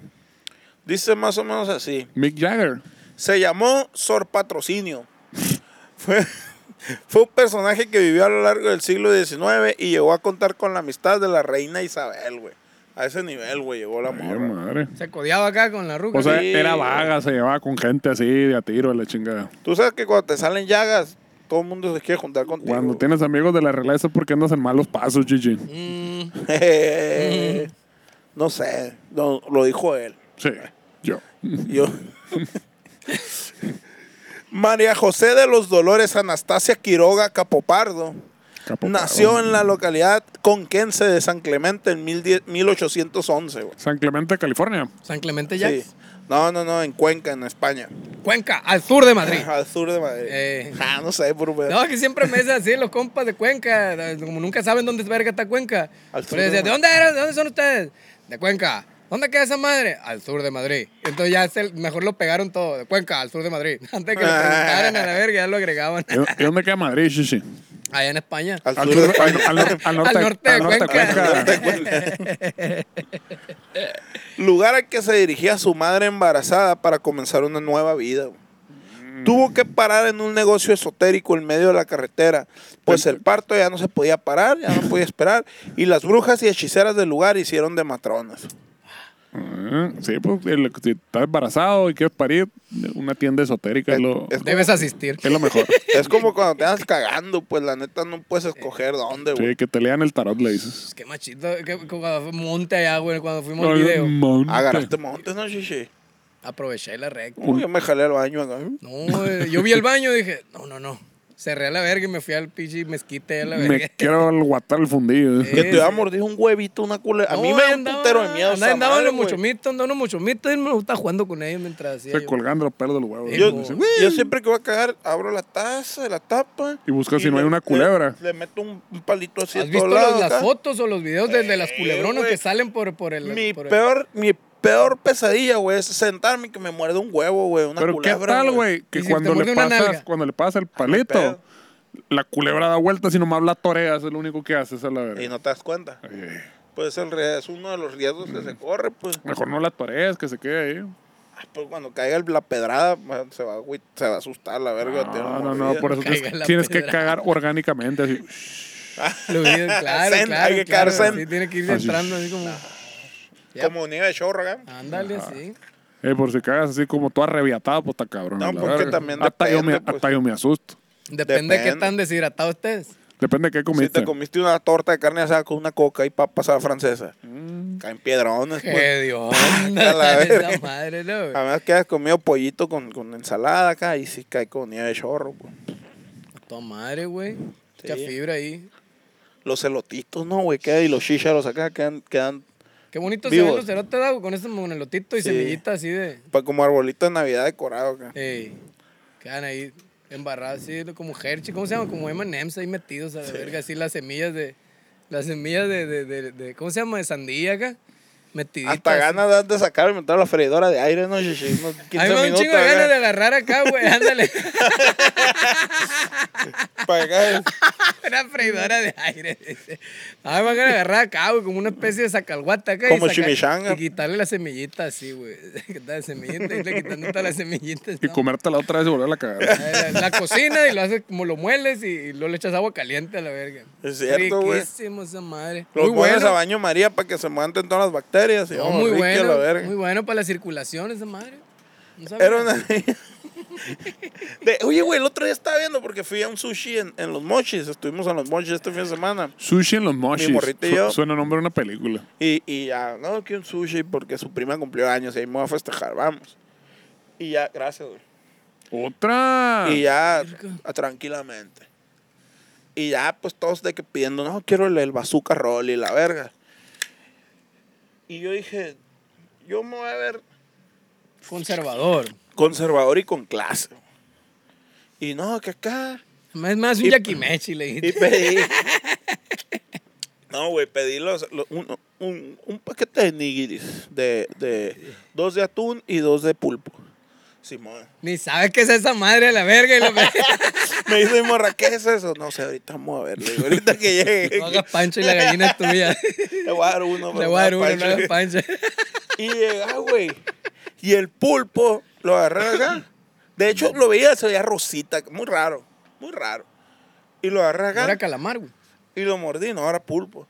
Speaker 2: Dice más o menos así.
Speaker 1: Mick Jagger.
Speaker 2: Se llamó Sor Patrocinio. fue, fue un personaje que vivió a lo largo del siglo XIX y llegó a contar con la amistad de la reina Isabel, güey. A ese nivel, güey, llegó la
Speaker 1: Ay,
Speaker 2: morra.
Speaker 1: madre.
Speaker 3: Se codeaba acá con la ruca.
Speaker 1: O sea, eh,
Speaker 2: Sí,
Speaker 1: era
Speaker 2: güey.
Speaker 1: vaga, se llevaba con gente así de a tiro, la chingada.
Speaker 2: Tú sabes que cuando te salen llagas, todo el mundo se quiere juntar contigo.
Speaker 1: Cuando tienes amigos de la realeza es porque andas en malos pasos, Gigi.
Speaker 3: Mm,
Speaker 2: Eh, no sé, no, lo dijo él.
Speaker 1: Sí, yo.
Speaker 2: Yo. María José de los Dolores Anastasia Quiroga Capopardo
Speaker 1: Capo
Speaker 2: nació
Speaker 1: Pavo.
Speaker 2: en la localidad conquense de San Clemente en 1010 1811. güey.
Speaker 1: San Clemente, California.
Speaker 3: San Clemente ya.
Speaker 2: Sí. No, no, no, en Cuenca, en España,
Speaker 3: Cuenca, al sur de Madrid.
Speaker 2: al sur de Madrid.
Speaker 3: Eh.
Speaker 2: Ah, no sé, puro pedo.
Speaker 3: No, es que siempre me dicen así los compas de Cuenca, eh, como nunca saben dónde es verga está Cuenca.
Speaker 2: Al sur
Speaker 3: Pero
Speaker 2: de
Speaker 3: decía,
Speaker 2: Madrid.
Speaker 3: ¿de dónde eran? ¿De dónde son ustedes? De Cuenca. ¿Dónde queda esa madre? Al sur de Madrid. Entonces ya se- mejor lo pegaron todo, de Cuenca, al sur de Madrid. Antes que lo preguntaran a la verga, ya lo agregaban.
Speaker 1: ¿Y dónde queda Madrid, Gigi?
Speaker 3: Allá en España.
Speaker 2: Al
Speaker 1: Al,
Speaker 2: sur de
Speaker 1: sur- al-
Speaker 2: España.
Speaker 1: al nor- al norte,
Speaker 3: Al norte de
Speaker 1: al norte de
Speaker 3: Cuenca.
Speaker 1: Cuenca.
Speaker 2: Lugar al que se dirigía su madre embarazada para comenzar una nueva vida. güey.
Speaker 3: Mm.
Speaker 2: Tuvo que parar en un negocio esotérico en medio de la carretera, pues el parto ya no se podía parar, ya no podía esperar, y las brujas y hechiceras del lugar hicieron de matronas.
Speaker 1: Ah, Sí, pues el- si estás embarazado y quieres parir, una tienda esotérica es lo,
Speaker 2: Es-
Speaker 3: Debes asistir.
Speaker 1: es lo mejor.
Speaker 2: Es como cuando te andas cagando, pues la neta no puedes escoger dónde, güey.
Speaker 1: Sí, que te lean el tarot, le dices.
Speaker 3: Pues Qué machito, que que cuando fue monte allá, güey, cuando fuimos al video.
Speaker 1: Monte.
Speaker 2: Agarraste montes, ¿no, chichi?
Speaker 3: Aproveché la recta.
Speaker 2: Uy, yo me jalé al baño acá.
Speaker 3: No, eh, yo vi el baño y dije, no, no, no. Cerré a la verga y me fui al pinche mezquite a la
Speaker 1: Me
Speaker 3: verga.
Speaker 1: quiero guatar el fundido.
Speaker 2: Que te
Speaker 3: sí.
Speaker 2: iba a morder un huevito, una culera. A mí
Speaker 3: No,
Speaker 2: me
Speaker 3: ahí
Speaker 2: da un
Speaker 3: andaba-
Speaker 2: putero de miedo.
Speaker 3: andaba-
Speaker 2: esa
Speaker 3: Andaban
Speaker 2: madre,
Speaker 3: los
Speaker 2: güey.
Speaker 3: muchomitos, andaban los muchomitos y me gustaba jugando con ellos mientras hacía.
Speaker 1: Se
Speaker 3: yo.
Speaker 1: colgando los pelos de los huevos.
Speaker 3: Sí,
Speaker 2: Yo,
Speaker 3: como-
Speaker 1: Dice,
Speaker 2: yo siempre que voy a cagar, abro la taza, la tapa.
Speaker 1: Y busco si no hay una culebra.
Speaker 2: Le, le meto un, un palito así.
Speaker 3: ¿Has
Speaker 2: de
Speaker 3: visto
Speaker 2: todos lados
Speaker 3: los- las
Speaker 2: acá.
Speaker 3: fotos o los videos de, de las
Speaker 2: Sí,
Speaker 3: culebronas
Speaker 2: güey.
Speaker 3: que salen por, por el.
Speaker 2: Mi
Speaker 3: por el-
Speaker 2: peor, mi peor pesadilla, güey, es sentarme y que me muerde un huevo, güey. Una
Speaker 1: Pero
Speaker 2: culebra.
Speaker 1: qué tal, güey,
Speaker 3: Y
Speaker 1: que
Speaker 3: si
Speaker 1: cuando
Speaker 3: te
Speaker 1: le
Speaker 3: muerde una
Speaker 1: pasas,
Speaker 3: nalga.
Speaker 1: cuando le pasas el palito,
Speaker 2: pedo.
Speaker 1: la culebra da vueltas y nomás la toreas, es lo único que haces a la
Speaker 2: Y
Speaker 1: verga.
Speaker 2: no te das cuenta.
Speaker 1: Eh,
Speaker 2: Pues el re- es uno de los riesgos
Speaker 1: Mm.
Speaker 2: que se corre, pues.
Speaker 1: Mejor no la toreas, que se quede ahí.
Speaker 2: Ah, pues cuando caiga el- la pedrada, man, se va, a agüi- se va a asustar la verga. tiene
Speaker 1: No,
Speaker 2: una
Speaker 1: no, no,
Speaker 2: mordida.
Speaker 1: por eso
Speaker 3: Caiga
Speaker 1: tienes,
Speaker 3: la
Speaker 1: tienes que
Speaker 3: pedra.
Speaker 1: cagar orgánicamente. así.
Speaker 3: Los videos, claro,
Speaker 2: Zen,
Speaker 3: claro.
Speaker 2: hay que
Speaker 3: claro,
Speaker 2: quedar zen.
Speaker 3: sí, tiene que ir
Speaker 1: Así.
Speaker 3: entrando así como.
Speaker 2: Como nieve de chorro, acá.
Speaker 1: Ah,
Speaker 3: Ándale, así.
Speaker 1: Eh, por si cagas así como tú arrebiatado, pues está cabrón.
Speaker 2: No,
Speaker 1: a la
Speaker 2: porque
Speaker 1: verga.
Speaker 2: también
Speaker 1: hasta, yo me,
Speaker 2: depende, pues.
Speaker 1: hasta yo me asusto.
Speaker 3: Depende de qué
Speaker 2: Depende.
Speaker 3: tan deshidratados estés.
Speaker 1: Depende de qué
Speaker 2: Si
Speaker 1: comiste.
Speaker 2: te comiste una torta de carne asada con una coca y papas a la francesa,
Speaker 1: Mm.
Speaker 2: caen piedrones, pues.
Speaker 3: Qué Dios.
Speaker 2: a la verga. Ah.
Speaker 3: Esa madre, no. güey.
Speaker 2: Además que has comido pollito con, con ensalada acá y sí cae con nieve de chorro. pues.
Speaker 3: Tu madre, güey. Mucha
Speaker 2: Sí.
Speaker 3: fibra ahí.
Speaker 2: Los elotitos, no, güey, queda y los chícharos acá quedan, quedan
Speaker 3: Qué bonito se
Speaker 2: Vivos.
Speaker 3: ven los cerotes, da, güey, con ese monelotito y
Speaker 2: Sí.
Speaker 3: semillitas así de.
Speaker 2: pa- como arbolitos de Navidad decorado acá.
Speaker 3: Ey, quedan ahí embarrados así como Hershey, ¿cómo se llama? Como M&M's ahí metidos a la verga, así las semillas de, las semillas de, de, de- de- ¿cómo se llama? De sandía acá. metidita.
Speaker 2: Hasta
Speaker 3: así.
Speaker 2: ganas dan de sacar y meter la freidora de aire, ¿no? Shishi? Unos 15
Speaker 3: A mí me da un
Speaker 2: minutos. ¿eh?
Speaker 3: chingo de ganas de
Speaker 2: acá,
Speaker 3: agarrar acá, güey. Ándale.
Speaker 2: para acá.
Speaker 3: una freidora de aire. dice. A mí me da ganas de agarrar acá, güey, como una especie de sacalguata acá. y
Speaker 2: Como
Speaker 3: sacar-
Speaker 2: chimichanga.
Speaker 3: Y quitarle la semillita así, güey. Quitarle la semillita y le quitando todas las semillitas.
Speaker 1: Y
Speaker 3: ¿no?
Speaker 1: comértela otra vez y volverla a cagar.
Speaker 3: La, Eh, la cocina y lo haces como lo mueles y, luego le echas agua caliente a la verga.
Speaker 2: Es cierto, güey.
Speaker 3: Riquísimo esa madre.
Speaker 2: Los
Speaker 3: muy
Speaker 2: pones
Speaker 3: bueno.
Speaker 2: a baño María para que se maten todas las bacterias. Y,
Speaker 3: No,
Speaker 2: oh,
Speaker 3: muy
Speaker 2: Ricky,
Speaker 3: bueno.
Speaker 2: la verga.
Speaker 3: Muy bueno para la circulación esa madre. No sabía.
Speaker 2: Era una niña. De- oye, güey, el otro día estaba viendo porque fui a un sushi en, en Los Mochis. Estuvimos en Los Mochis este fin de semana.
Speaker 1: Sushi en los moshis.
Speaker 2: morrito y yo.
Speaker 1: Suena nombre de una película.
Speaker 2: Y, y ya, no, que un sushi porque su prima cumplió años y ahí me voy a festejar, vamos. Y ya, gracias, güey.
Speaker 1: ¡Otra!
Speaker 2: Y ya,
Speaker 3: Ah, rico.
Speaker 2: a- tranquilamente. Y ya, pues todos de que pidiendo, no, quiero el, el bazooka roll y la verga. Y yo dije, yo me voy a ver
Speaker 3: Conservador.
Speaker 2: conservador y con clase. Y no, que acá.
Speaker 3: Es más, un
Speaker 2: Y-
Speaker 3: yakimechi, le
Speaker 2: Y
Speaker 3: dijiste.
Speaker 2: pedí. No, güey, pedí los, lo- un, un- un paquete de nigiris. De, de dos de atún y dos de pulpo. Simón.
Speaker 3: Ni sabes qué es esa madre a la verga. Y lo
Speaker 2: Me dice mi morra, ¿qué es eso? No sé, ahorita vamos a verlo. Ahorita que llegue.
Speaker 3: No hagas pancho y la gallina es tuya.
Speaker 2: Le voy a dar uno.
Speaker 3: Le
Speaker 2: pero
Speaker 3: voy a dar uno,
Speaker 2: pancho.
Speaker 3: no hagas pancho.
Speaker 2: Y llega, güey. Y el pulpo lo agarré acá. De hecho, lo veía, se veía rosita. Muy raro. Muy raro. Y lo agarré acá.
Speaker 3: Ahora calamar, güey.
Speaker 2: Y lo mordí, no era pulpo.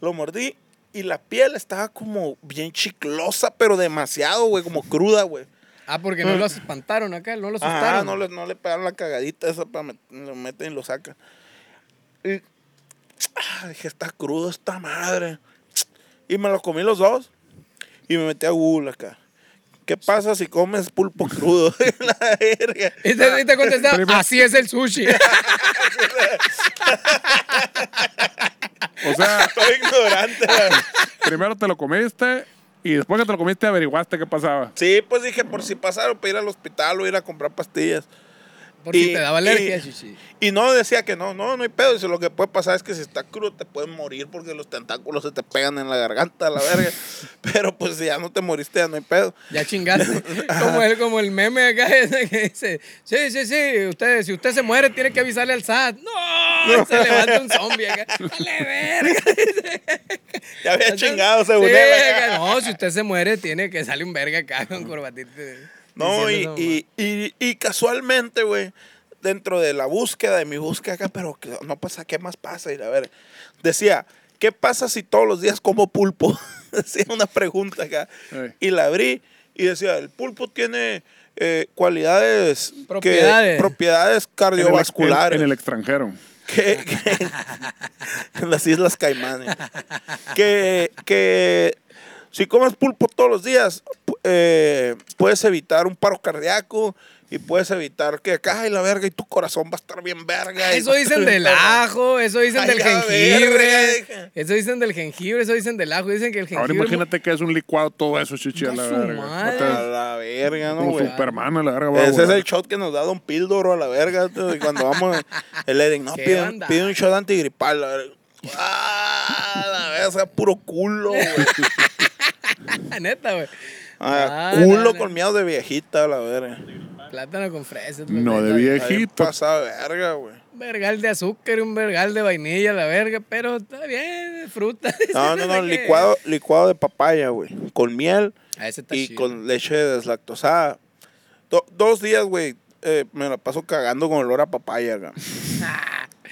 Speaker 2: Lo mordí y la piel estaba como bien chiclosa, pero demasiado, güey, como cruda, güey.
Speaker 3: Ah, porque no los espantaron acá, no los
Speaker 2: Ah,
Speaker 3: asustaron.
Speaker 2: no le, no le pegaron la cagadita esa para met- lo meten y lo sacan. Y ah, dije, está crudo esta madre. Y me lo comí los dos y me metí a Google acá. ¿Qué pasa si comes pulpo crudo? la verga.
Speaker 3: Y te, y te contestaron, así es el sushi.
Speaker 1: O sea,
Speaker 2: Ah, Estoy ignorante. la-
Speaker 1: primero te lo comiste y después que te lo comiste averiguaste qué pasaba.
Speaker 2: Sí, pues dije, por si pasaron, para ir al hospital o ir a comprar pastillas.
Speaker 3: Por si
Speaker 2: Y-
Speaker 3: te daba alergia,
Speaker 2: y-
Speaker 3: chichi.
Speaker 2: Y no decía que no, no, no hay pedo. Dice, lo que puede pasar es que si está crudo te pueden morir porque los tentáculos se te pegan en la garganta, a la verga. Pero pues si ya no te moriste, ya no hay pedo.
Speaker 3: Ya chingaste. como, el, como el meme acá ese que dice, sí, sí, sí, usted, si usted se muere tiene que avisarle al SAT. ¡No! Y Se levanta un zombie acá. ¡Dale verga!
Speaker 2: Ya había chingado,
Speaker 3: se
Speaker 2: según él, acá.
Speaker 3: No, si usted se muere tiene que salir un verga acá con corbatita.
Speaker 2: No, y,
Speaker 3: diciendo
Speaker 2: y, y, y casualmente, güey, dentro de la búsqueda, de mi búsqueda acá, pero que no pasa, ¿qué más pasa? Y a ver, decía, ¿qué pasa si todos los días como pulpo? decía una pregunta acá.
Speaker 1: Ey.
Speaker 2: Y la abrí y decía, el pulpo tiene eh, cualidades, que-
Speaker 3: Propiedades.
Speaker 2: propiedades
Speaker 1: En el, ex- en,
Speaker 2: cardiovasculares
Speaker 1: en el extranjero.
Speaker 2: que, que- en las Islas Caimán. eh. Que, que si comes pulpo todos los días, pu- eh, puedes evitar un paro cardíaco y puedes evitar que cae la verga y tu corazón va a estar bien verga. y
Speaker 3: Eso
Speaker 2: va a estar
Speaker 3: dicen
Speaker 2: bien
Speaker 3: del
Speaker 2: perro.
Speaker 3: ajo, eso dicen
Speaker 2: Ay,
Speaker 3: del
Speaker 2: ya
Speaker 3: jengibre,
Speaker 2: verga.
Speaker 3: eso dicen del jengibre, eso dicen del ajo, dicen que el
Speaker 1: Ahora
Speaker 3: jengibre...
Speaker 1: imagínate que es un licuado todo eso, chichi, a
Speaker 3: No,
Speaker 1: la
Speaker 3: su
Speaker 1: verga.
Speaker 3: madre.
Speaker 1: No te-
Speaker 2: A la verga, ¿no,
Speaker 1: Como
Speaker 2: güey?
Speaker 1: Superman a la verga. va a
Speaker 2: Ese es
Speaker 1: volar.
Speaker 2: el shot que nos da Don Píldoro a la verga. tú, y Cuando vamos, el Eric, no,
Speaker 3: Qué
Speaker 2: pide, un-
Speaker 3: banda.
Speaker 2: pide un shot antigripal. La verga. Ah, la verga, sea puro culo, güey.
Speaker 3: Neta, güey.
Speaker 2: Ah,
Speaker 3: Ah,
Speaker 2: culo
Speaker 3: dale.
Speaker 2: con miedo de viejita, la verga.
Speaker 3: Plátano con
Speaker 1: No,
Speaker 3: fresas.
Speaker 1: de
Speaker 3: plátano-
Speaker 2: Está bien
Speaker 1: viejito.
Speaker 2: pasada de verga, güey.
Speaker 3: Un vergal de azúcar, un vergal de vainilla, la verga, pero está bien, fruta.
Speaker 2: No, no, no,
Speaker 3: ¿De qué?
Speaker 2: licuado, licuado de papaya, güey. Con miel
Speaker 3: Ah, ese está
Speaker 2: y
Speaker 3: chido.
Speaker 2: con leche deslactosada. Do- dos días, güey, eh, me la paso cagando con olor a papaya, güey.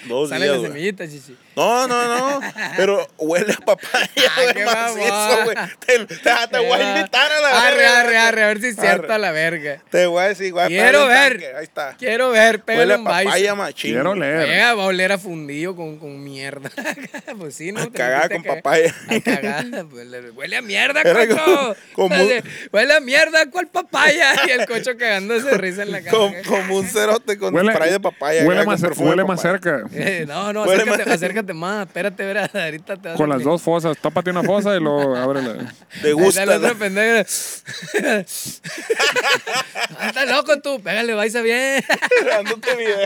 Speaker 2: Dos
Speaker 3: Sale
Speaker 2: días,
Speaker 3: la
Speaker 2: güey.
Speaker 3: semillita, chichi.
Speaker 2: No, no, no. Pero huele a papaya,
Speaker 3: Ay,
Speaker 2: güey.
Speaker 3: Ah, qué
Speaker 2: macizo,
Speaker 3: mamón.
Speaker 2: güey. Te, te- te voy a invitar a la
Speaker 3: Ah, Arre,
Speaker 2: verga.
Speaker 3: arre, arre, a ver si es cierto
Speaker 2: Arre.
Speaker 3: a la verga.
Speaker 2: Te voy a decir, güey. pégale
Speaker 3: Quiero
Speaker 2: un
Speaker 3: ver.
Speaker 2: tanque, Ahí está.
Speaker 3: Quiero ver,
Speaker 2: Huele
Speaker 3: pégale
Speaker 2: a
Speaker 3: un baile.
Speaker 2: papaya machín.
Speaker 1: Quiero leer.
Speaker 3: Llega, va a oler a fundido con, con mierda. pues sí, ¿no? Te
Speaker 2: cagada
Speaker 3: metiste
Speaker 2: con
Speaker 3: a cagar.
Speaker 2: papaya.
Speaker 3: A cagada. pues, le- huele a mierda,
Speaker 2: Era
Speaker 3: cocho.
Speaker 2: como- como-
Speaker 3: Así, Huele a mierda, ¿cuál papaya? Y el cocho cagándose de risa en la cara.
Speaker 2: Como, como un cerote con spray de papaya.
Speaker 1: huele
Speaker 2: acá, con
Speaker 1: más,
Speaker 2: perfume de
Speaker 1: huele más
Speaker 2: papaya.
Speaker 1: cerca.
Speaker 3: Eh, no, no,
Speaker 2: Huele
Speaker 3: acércate,
Speaker 2: más.
Speaker 3: acércate más. Espérate, verás, ahorita te vas
Speaker 1: Con
Speaker 3: a-
Speaker 1: las dos fosas. Tápate una fosa y luego ábrela.
Speaker 2: Te
Speaker 3: Ahí está
Speaker 2: gusta.
Speaker 3: el otro
Speaker 2: ¿no?
Speaker 3: pendejo. Ah, Estás loco tú, pégale, vais a bien.
Speaker 2: Dándote video.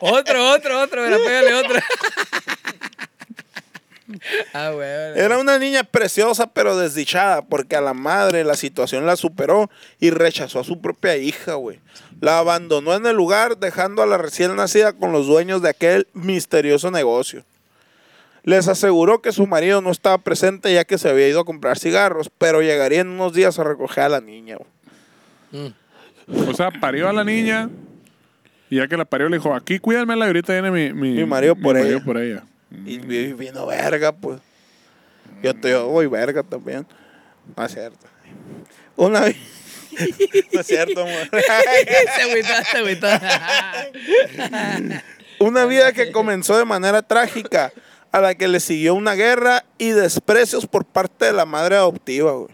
Speaker 3: Otro, otro, otro, verá, pégale otro. Ah, güey.
Speaker 2: Era una niña preciosa pero desdichada porque a la madre la situación la superó y rechazó a su propia hija, güey. La abandonó en el lugar dejando a la recién nacida con los dueños de aquel misterioso negocio. Les aseguró que su marido no estaba presente ya que se había ido a comprar cigarros, pero llegaría en unos días a recoger a la niña. güey.
Speaker 1: O sea, parió a la niña y ya que la parió le dijo, aquí cuídamela y ahorita viene mi,
Speaker 2: Mi marido por ella.
Speaker 1: por ella.
Speaker 2: Y vi- vino verga, pues. Yo, te, yo voy verga también. No es cierto. Una vez. no es cierto, amor.
Speaker 3: Se agüitó, se agüitó.
Speaker 2: Una vida que comenzó de manera trágica, a la que le siguió una guerra y desprecios por parte de la madre adoptiva, güey.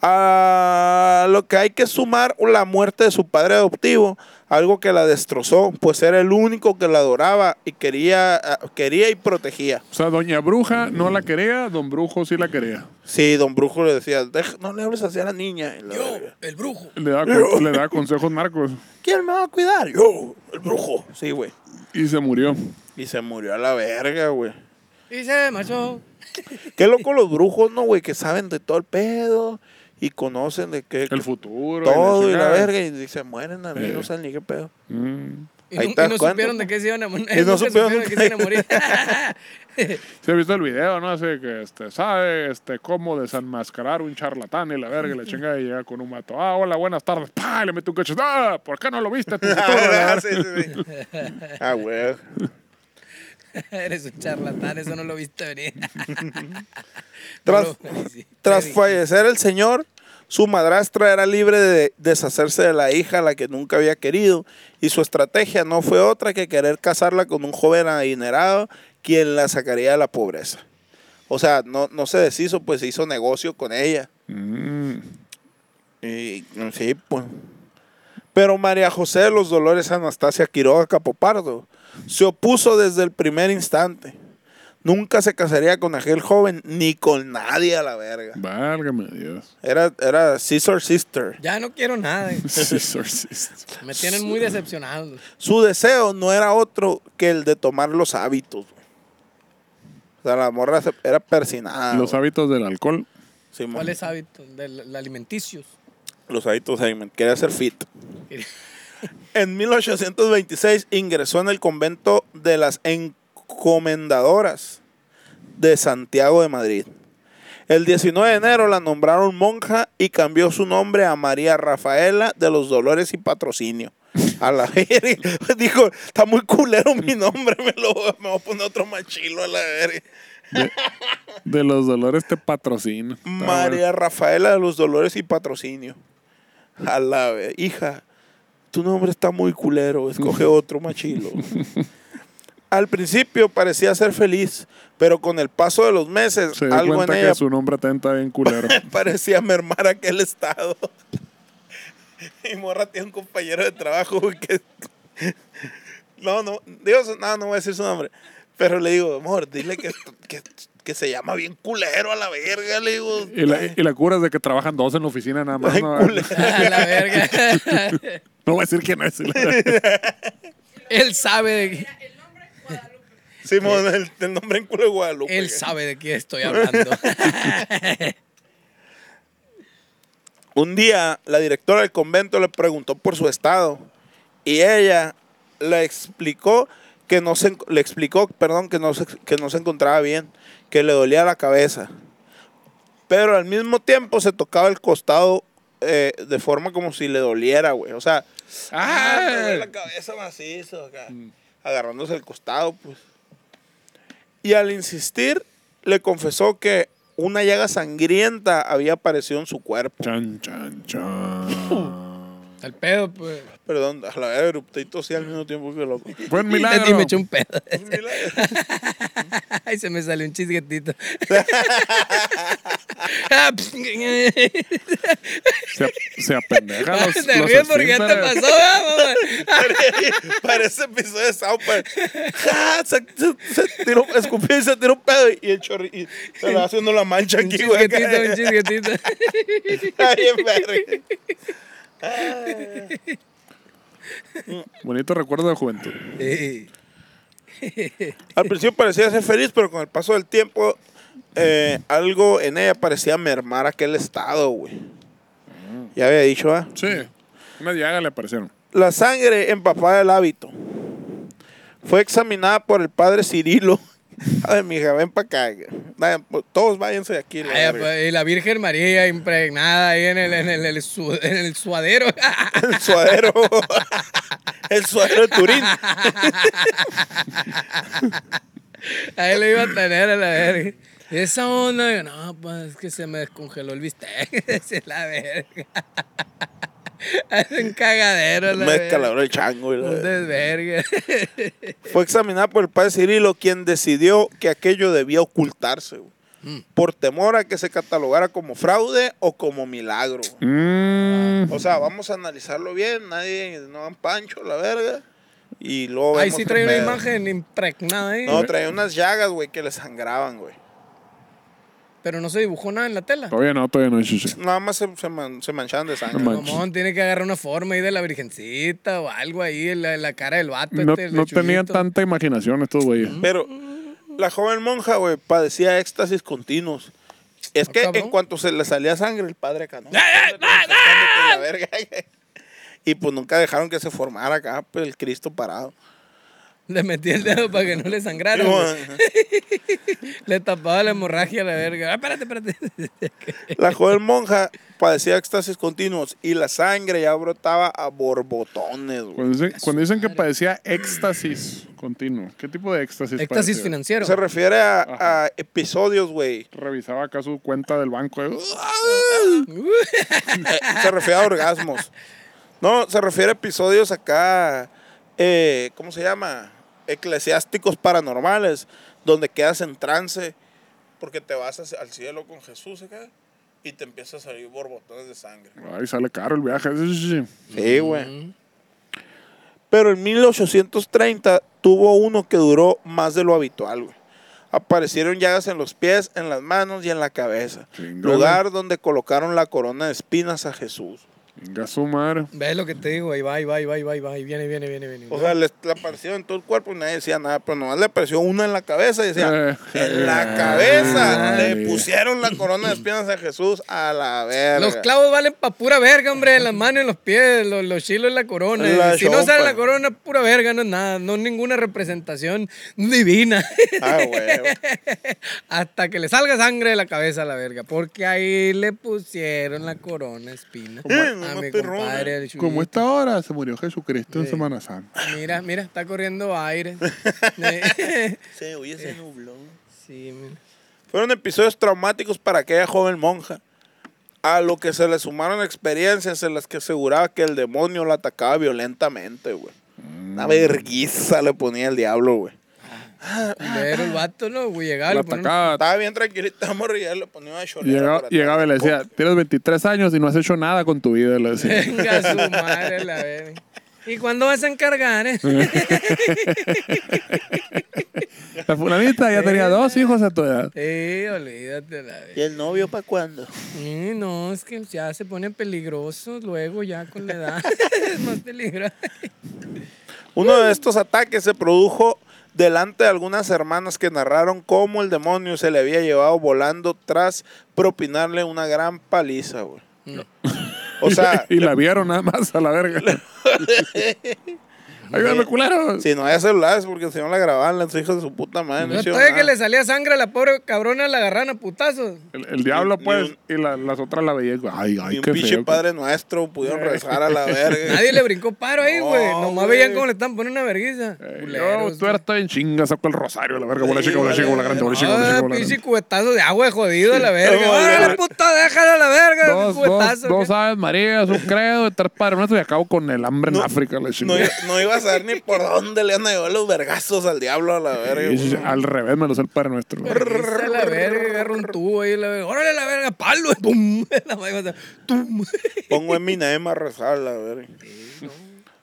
Speaker 2: A lo que hay que sumar la muerte de su padre adoptivo, algo que la destrozó, pues era el único que la adoraba y quería, ah, quería y protegía.
Speaker 1: O sea, doña Bruja no la quería, don Brujo sí la quería.
Speaker 2: Sí, don Brujo le decía, "Deja- no le hables así a la niña. Y la verga.
Speaker 3: el brujo.
Speaker 1: Le daba, con- le daba consejos narcos
Speaker 2: ¿Quién me va a cuidar? Yo, el brujo. Sí, güey.
Speaker 1: y se murió.
Speaker 2: Y se murió a la verga, güey.
Speaker 3: Y se marchó.
Speaker 2: Qué loco los brujos, ¿no, güey? Que saben de todo el pedo y conocen de qué.
Speaker 1: El futuro.
Speaker 2: Todo y la
Speaker 1: chingada.
Speaker 2: verga y se mueren a mí,
Speaker 1: Eh.
Speaker 2: no saben ni qué pedo.
Speaker 1: Mm.
Speaker 3: Y,
Speaker 2: Ahí
Speaker 3: nu- y
Speaker 2: te das
Speaker 3: no
Speaker 2: cuenta,
Speaker 3: supieron de
Speaker 2: pues.
Speaker 3: qué se iban a morir.
Speaker 2: Y no
Speaker 3: Nunca
Speaker 2: supieron
Speaker 3: supieron de qué se iban a morir.
Speaker 1: Se ha visto el video, ¿no? Así que, este, ¿sabe este, cómo desenmascarar un charlatán y la verga y la chinga y llega con un mato? Ah, hola, buenas tardes. ¡Pah! Y le mete un cacho. ¡Ah! ¿Por qué no lo viste? tu futuro?"
Speaker 2: Ah, sí, sí, sí. Ah, güey.
Speaker 3: Eres un charlatán, eso no lo viste venir.
Speaker 2: Tras,
Speaker 3: Pero, sí,
Speaker 2: tras
Speaker 3: sí.
Speaker 2: fallecer el señor, su madrastra era libre de deshacerse de la hija a la que nunca había querido y su estrategia no fue otra que querer casarla con un joven adinerado quien la sacaría de la pobreza. O sea, no, no se deshizo, pues se hizo negocio con ella.
Speaker 1: Mm.
Speaker 2: Y, sí, pues. Pero María José de los Dolores Anastasia Quiroga Capopardo se opuso desde el primer instante. Nunca se casaría con aquel joven ni con nadie a la verga.
Speaker 1: Válgame Dios.
Speaker 2: Era, era Caesar Sister.
Speaker 3: Ya no quiero nada. eh.
Speaker 1: Exorcist.
Speaker 3: Me tienen muy decepcionado.
Speaker 2: Su deseo no era otro que el de tomar los hábitos. güey. O sea, la morra se- era persinada.
Speaker 1: Ah, Los
Speaker 2: güey.
Speaker 1: hábitos del alcohol.
Speaker 2: Simón.
Speaker 3: ¿Cuáles hábitos? De la- la alimenticios.
Speaker 2: Los hábitos segment. Quería ser fit. En 1826 ingresó en el convento de las encomendadoras de Santiago de Madrid. El 19 de enero la nombraron monja y cambió su nombre a María Rafaela de los Dolores y Patrocinio. A la verga. Dijo, está muy culero mi nombre, me, lo, voy a- me voy a poner otro machilo a la verga.
Speaker 1: De los dolores te patrocina. Está
Speaker 2: María Rafaela de los Dolores y Patrocinio. A la ve- hija, tu nombre está muy culero, escoge otro machilo. Al principio parecía ser feliz, pero con el paso de los meses,
Speaker 1: bueno. Se dio
Speaker 2: algo en
Speaker 1: cuenta
Speaker 2: ella
Speaker 1: que su nombre también está bien culero.
Speaker 2: parecía mermar aquel estado. Y Morra tiene un compañero de trabajo güey, que... No, no, Dios, no, no voy a decir su nombre. Pero le digo, amor, dile que, que, que se llama bien culero a la verga, le digo.
Speaker 1: y, la, y la cura es de que trabajan dos en la oficina nada más.
Speaker 2: Ay,
Speaker 1: No,
Speaker 2: culero.
Speaker 3: A la verga.
Speaker 1: no voy a decir quién es.
Speaker 3: Él sabe de,
Speaker 2: Simón, el, el nombre en culo de Guadalupe.
Speaker 3: él sabe de qué estoy hablando.
Speaker 2: Un día, la directora del convento le preguntó por su estado y ella le explicó que no se, en- le explicó, perdón, que no, se, que no se encontraba bien, que le dolía la cabeza. Pero al mismo tiempo se tocaba el costado eh, de forma como si le doliera, güey. O sea, Ah, me duele la cabeza macizo acá.
Speaker 3: Mm.
Speaker 2: Agarrándose el costado, pues. Y al insistir, le confesó que una llaga sangrienta había aparecido en su cuerpo.
Speaker 1: Chan, chan, chan.
Speaker 3: El pedo, pues.
Speaker 2: Perdón, a la vez erupté y tosí al mismo tiempo que loco.
Speaker 1: Fue un milagro.
Speaker 3: Y me echó un pedo. Ay, se me salió un chisguetito. Ah,
Speaker 1: Se, se apendeja los,
Speaker 3: Te
Speaker 1: los
Speaker 3: ríes porque ya te
Speaker 1: esfínteres.
Speaker 3: pasó, ah, mamá?
Speaker 2: Parece episodio de South Park. Ja, se, se- se tiró, escupió y se tiró un pedo y el chorri y se le va haciendo la mancha
Speaker 3: Un
Speaker 2: aquí, güey. acá.
Speaker 3: chisguetito, un chisguetito.
Speaker 2: Ay, en verga.
Speaker 1: Bonito recuerdo de juventud.
Speaker 3: Sí.
Speaker 2: Al principio parecía ser feliz, pero con el paso del tiempo, eh, algo en ella parecía mermar aquel estado, güey. Ya había dicho, ah.
Speaker 1: Sí. Una llaga le aparecieron.
Speaker 2: La sangre empapada del hábito fue examinada por el padre Cirilo. A ver, mija, ven para acá. güey. Vayan, pues, Todos váyanse de aquí. la
Speaker 3: Ay,
Speaker 2: verga.
Speaker 3: pues, y la Virgen María impregnada ahí en el, en el, el su- en el suadero.
Speaker 2: El suadero. el suadero de Turín.
Speaker 3: ahí lo iba a tener a la verga. Y esa onda, yo, no, pues es que se me descongeló el bistec. Esa es la verga. es un cagadero. a La
Speaker 2: Me
Speaker 3: verga.
Speaker 2: descalabró el chango. y la
Speaker 3: Un
Speaker 2: verga.
Speaker 3: desvergue.
Speaker 2: Fue examinada por el padre Cirilo, quien decidió que aquello debía ocultarse. güey, Por temor a que se catalogara como fraude o como milagro. güey.
Speaker 1: Mm.
Speaker 2: O sea, vamos a analizarlo bien. Nadie, no dan pancho, la verga. Y luego
Speaker 3: Ahí
Speaker 2: vemos
Speaker 3: sí
Speaker 2: qué
Speaker 3: trae una
Speaker 2: pedo.
Speaker 3: imagen impregnada, ¿eh?
Speaker 2: No, traía unas llagas, güey, que le sangraban, güey.
Speaker 3: Pero no se dibujó nada en la tela.
Speaker 1: Todavía no, todavía no. sí, sí.
Speaker 2: Nada más se, se man- se manchaban de sangre.
Speaker 1: No manches.
Speaker 3: Mamón, tiene que agarrar una forma ahí de la virgencita o algo ahí, la, la cara del vato.
Speaker 1: No,
Speaker 3: este, el
Speaker 1: no tenían
Speaker 3: lechuguito.
Speaker 1: tanta imaginación estos güeyes.
Speaker 3: Mm.
Speaker 2: Pero la joven monja, güey, padecía éxtasis continuos. Es
Speaker 3: Ah,
Speaker 2: que
Speaker 3: cabrón.
Speaker 2: en cuanto se le salía sangre, el padre acá, ¿no? La verga. Y pues nunca dejaron que se formara acá pues, el Cristo parado.
Speaker 3: Le metí el dedo para que no le sangrara. güey. Le tapaba la hemorragia a la verga. Ah, espérate, espérate.
Speaker 2: La joven monja padecía éxtasis continuos y la sangre ya brotaba a borbotones, güey.
Speaker 1: Cuando dicen, cuando dicen que padecía éxtasis continuo, ¿qué tipo de éxtasis?
Speaker 3: Éxtasis
Speaker 1: padecía?
Speaker 3: financiero.
Speaker 2: Se refiere a, a episodios, güey.
Speaker 1: Revisaba acá su cuenta del banco. eh.
Speaker 3: Uh.
Speaker 2: Eh, Se refiere a orgasmos. No, se refiere a episodios acá, eh, ¿cómo se llama? Eclesiásticos paranormales, donde quedas en trance porque te vas hacia- al cielo con Jesús acá y te empiezan a salir borbotones de sangre.
Speaker 1: Ay, sale caro el viaje. Sí, sí, sí.
Speaker 2: Sí, güey. Pero en 1830 tuvo uno que duró más de lo habitual, güey. Aparecieron llagas en los pies, en las manos y en la cabeza.
Speaker 1: Chingale.
Speaker 2: Lugar donde colocaron la corona de espinas a Jesús.
Speaker 1: Venga su madre.
Speaker 3: ¿Ves lo que te digo? Ahí va, ahí va, ahí va, ahí va, ahí va. Ahí viene, viene, viene, viene.
Speaker 2: O sea, le, le apareció en todo el cuerpo y nadie decía nada, pero nomás le apareció una en la cabeza y decía,
Speaker 1: Eh.
Speaker 2: en la cabeza
Speaker 1: Ay.
Speaker 2: le pusieron la corona de espinas a Jesús a la verga.
Speaker 3: los clavos valen para pura verga, hombre. En las manos, en los pies, los, los chilos en la corona.
Speaker 2: La
Speaker 3: si no sale
Speaker 2: chompa.
Speaker 3: la corona, pura verga, no es nada. No es ninguna representación divina.
Speaker 2: Ah, güey.
Speaker 3: Hasta que le salga sangre de la cabeza a la verga. Porque ahí le pusieron la corona espina.
Speaker 2: Eh,
Speaker 3: a
Speaker 2: mamá
Speaker 3: mi
Speaker 2: perrona.
Speaker 3: compadre. el Chuyito.
Speaker 1: Como esta hora se murió Jesucristo en Semana Santa.
Speaker 2: este.
Speaker 3: Mira, mira, está corriendo aire.
Speaker 2: Sí, oye, se nubló.
Speaker 3: sí, mira.
Speaker 2: Fueron episodios traumáticos para aquella joven monja. A lo que se le sumaron experiencias en las que aseguraba que el demonio la atacaba violentamente, güey.
Speaker 1: Mm.
Speaker 2: Una verguiza le ponía el diablo, güey.
Speaker 3: Pero el vato, ¿no? Güey, llegaba,
Speaker 1: La
Speaker 3: le ponía un-
Speaker 1: atacaba.
Speaker 2: Estaba bien tranquilita, morra, y ya le ponía una chorrera por
Speaker 1: Ah. Llegaba,
Speaker 2: atrás.
Speaker 1: llegaba y le decía, tienes 23 años y no has hecho nada con tu vida. Le decía.
Speaker 3: Venga su madre, la verga. ¿Y cuándo vas a encargar, eh?
Speaker 1: La fulanita ya tenía dos hijos a tu edad.
Speaker 3: Sí, olvídate la verga.
Speaker 2: ¿Y el novio para cuándo?
Speaker 3: Sí, no, es que ya se pone peligroso luego ya con la edad. es más peligroso.
Speaker 2: Uno de estos ataques se produjo delante de algunas hermanas que narraron cómo el demonio se le había llevado volando tras propinarle una gran paliza, güey. O sea,
Speaker 1: y la vieron nada más a la verga. Ayúdame, culeros.
Speaker 2: si no había celulares, porque si no la grababan las hijas de su puta madre. No
Speaker 3: No
Speaker 2: hicieron
Speaker 3: todavía que
Speaker 2: nada.
Speaker 3: le salía sangre a la pobre cabrona, la agarran a putazos.
Speaker 1: El, el diablo,
Speaker 2: Ni-
Speaker 1: pues,
Speaker 2: ni
Speaker 1: y la- las otras la veían. Ay,
Speaker 2: Ni
Speaker 1: ay,
Speaker 2: Ah, un
Speaker 1: qué
Speaker 2: pinche
Speaker 1: feo.
Speaker 2: padre nuestro pudieron rezar a la verga.
Speaker 3: Nadie le brincó paro ahí, güey.
Speaker 2: No,
Speaker 3: Nomás
Speaker 2: güey.
Speaker 3: veían cómo le están poniendo una vergüenza.
Speaker 1: Eh,
Speaker 3: Culeros,
Speaker 1: yo, tú eres todo en chinga, saco el rosario, la verga, bola chica, bola chica, bola grande, bola chica, bola
Speaker 3: Ah,
Speaker 1: chica, bola
Speaker 3: pinche
Speaker 1: grande.
Speaker 3: cubetazo de agua jodido, la verga.
Speaker 2: No,
Speaker 3: Órale,
Speaker 2: no.
Speaker 3: puta, déjala la verga.
Speaker 1: Dos, dos,
Speaker 3: cubetazo.
Speaker 1: dos aves María, su credo, y tres padres nuestros, y acabo con el hambre en África, la
Speaker 2: No,
Speaker 1: chingada.
Speaker 2: no iba a saber ni por dónde le han llevado los vergazos al diablo a la verga.
Speaker 1: Y
Speaker 2: güey.
Speaker 1: al revés me lo sé el padre nuestro.
Speaker 3: Esa la verga, agarra un tubo ahí, la verga. Órale, la verga, palo. y Tum. La madre va a ser, tum.
Speaker 2: Pongo en mi name a rezar, la verga.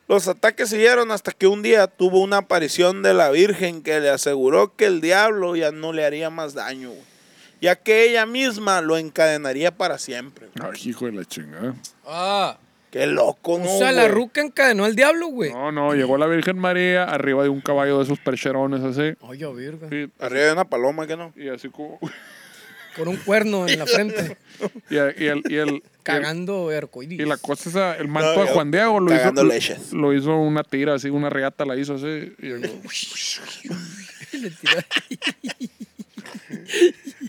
Speaker 2: Los ataques siguieron hasta que un día tuvo una aparición de la Virgen que le aseguró que el diablo ya no le haría más daño, güey, ya que ella misma lo encadenaría para siempre. güey.
Speaker 1: Ay, hijo de la chingada.
Speaker 3: Ah,
Speaker 2: Qué loco,
Speaker 3: O
Speaker 2: ¿no?
Speaker 3: sea, la
Speaker 2: güey?
Speaker 3: ruca encadenó al diablo, güey.
Speaker 1: No, no, llegó la Virgen María arriba de un caballo de esos percherones así.
Speaker 3: Oye, virga.
Speaker 1: Y,
Speaker 2: Arriba de una paloma, ¿qué no?
Speaker 1: y así como.
Speaker 3: Con un cuerno en la frente.
Speaker 1: Y, el- y el. Y, el,
Speaker 3: cagando
Speaker 1: y
Speaker 3: arcoíris.
Speaker 1: la cosa esa, el manto
Speaker 2: No,
Speaker 1: de Juan Diego lo hizo,
Speaker 2: cagando
Speaker 1: lo,
Speaker 2: leches.
Speaker 1: lo hizo una tira así, una reata la hizo así. Y llegó.
Speaker 3: Le tiró-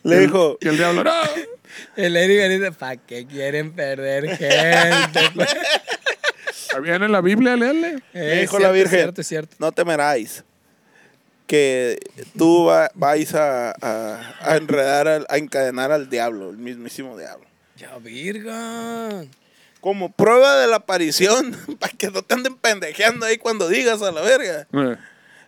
Speaker 2: Le dijo,
Speaker 1: Y el diablo, ¡no!
Speaker 3: El Eric dice, ¿para qué quieren perder gente?
Speaker 1: Viene la Biblia, léale.
Speaker 3: Eh,
Speaker 2: le dijo
Speaker 3: cierto,
Speaker 2: la Virgen,
Speaker 3: Cierto, cierto.
Speaker 2: no temeráis que tú va- vais a, a- a enredar, al- a encadenar al diablo, el mismísimo diablo.
Speaker 3: Ya, virga.
Speaker 2: Como prueba de la aparición, para que no te anden pendejeando ahí cuando digas a la verga.
Speaker 1: Eh,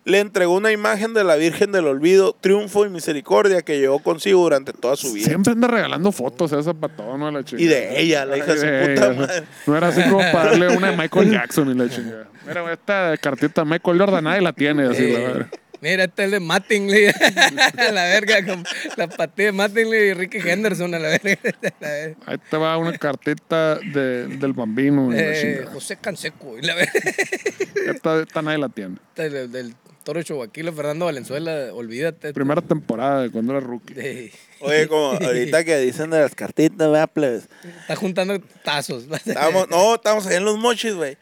Speaker 2: le entregó una imagen de la Virgen del Olvido, triunfo y misericordia que llevó consigo durante toda su vida.
Speaker 1: Siempre anda regalando fotos a esa patona, la chica.
Speaker 2: Y de ella, la hija de su puta madre.
Speaker 1: No era así como para darle una de Michael Jackson y la chingada. Mira, güey, esta cartita de Michael Jordan nadie la tiene, así, la
Speaker 3: Eh,
Speaker 1: verdad.
Speaker 3: Mira, este es el de Mattingly. a la verga, con la patilla de Mattingly y Ricky Henderson, a la verga. A la verga.
Speaker 1: Ahí te va una cartita de- del bambino y la
Speaker 3: Eh,
Speaker 1: chingada.
Speaker 3: José Canseco, y la verga.
Speaker 1: Esta, esta nadie la tiene.
Speaker 3: Este es Del, del toro Chihuahua, Fernando Valenzuela, olvídate.
Speaker 1: Primera temporada de cuando era rookie.
Speaker 3: Eh,
Speaker 2: Oye, como ahorita que dicen de las cartitas, vea, plebes.
Speaker 3: Está juntando tazos.
Speaker 2: Estábamos, no, estamos ahí en los mochis, güey.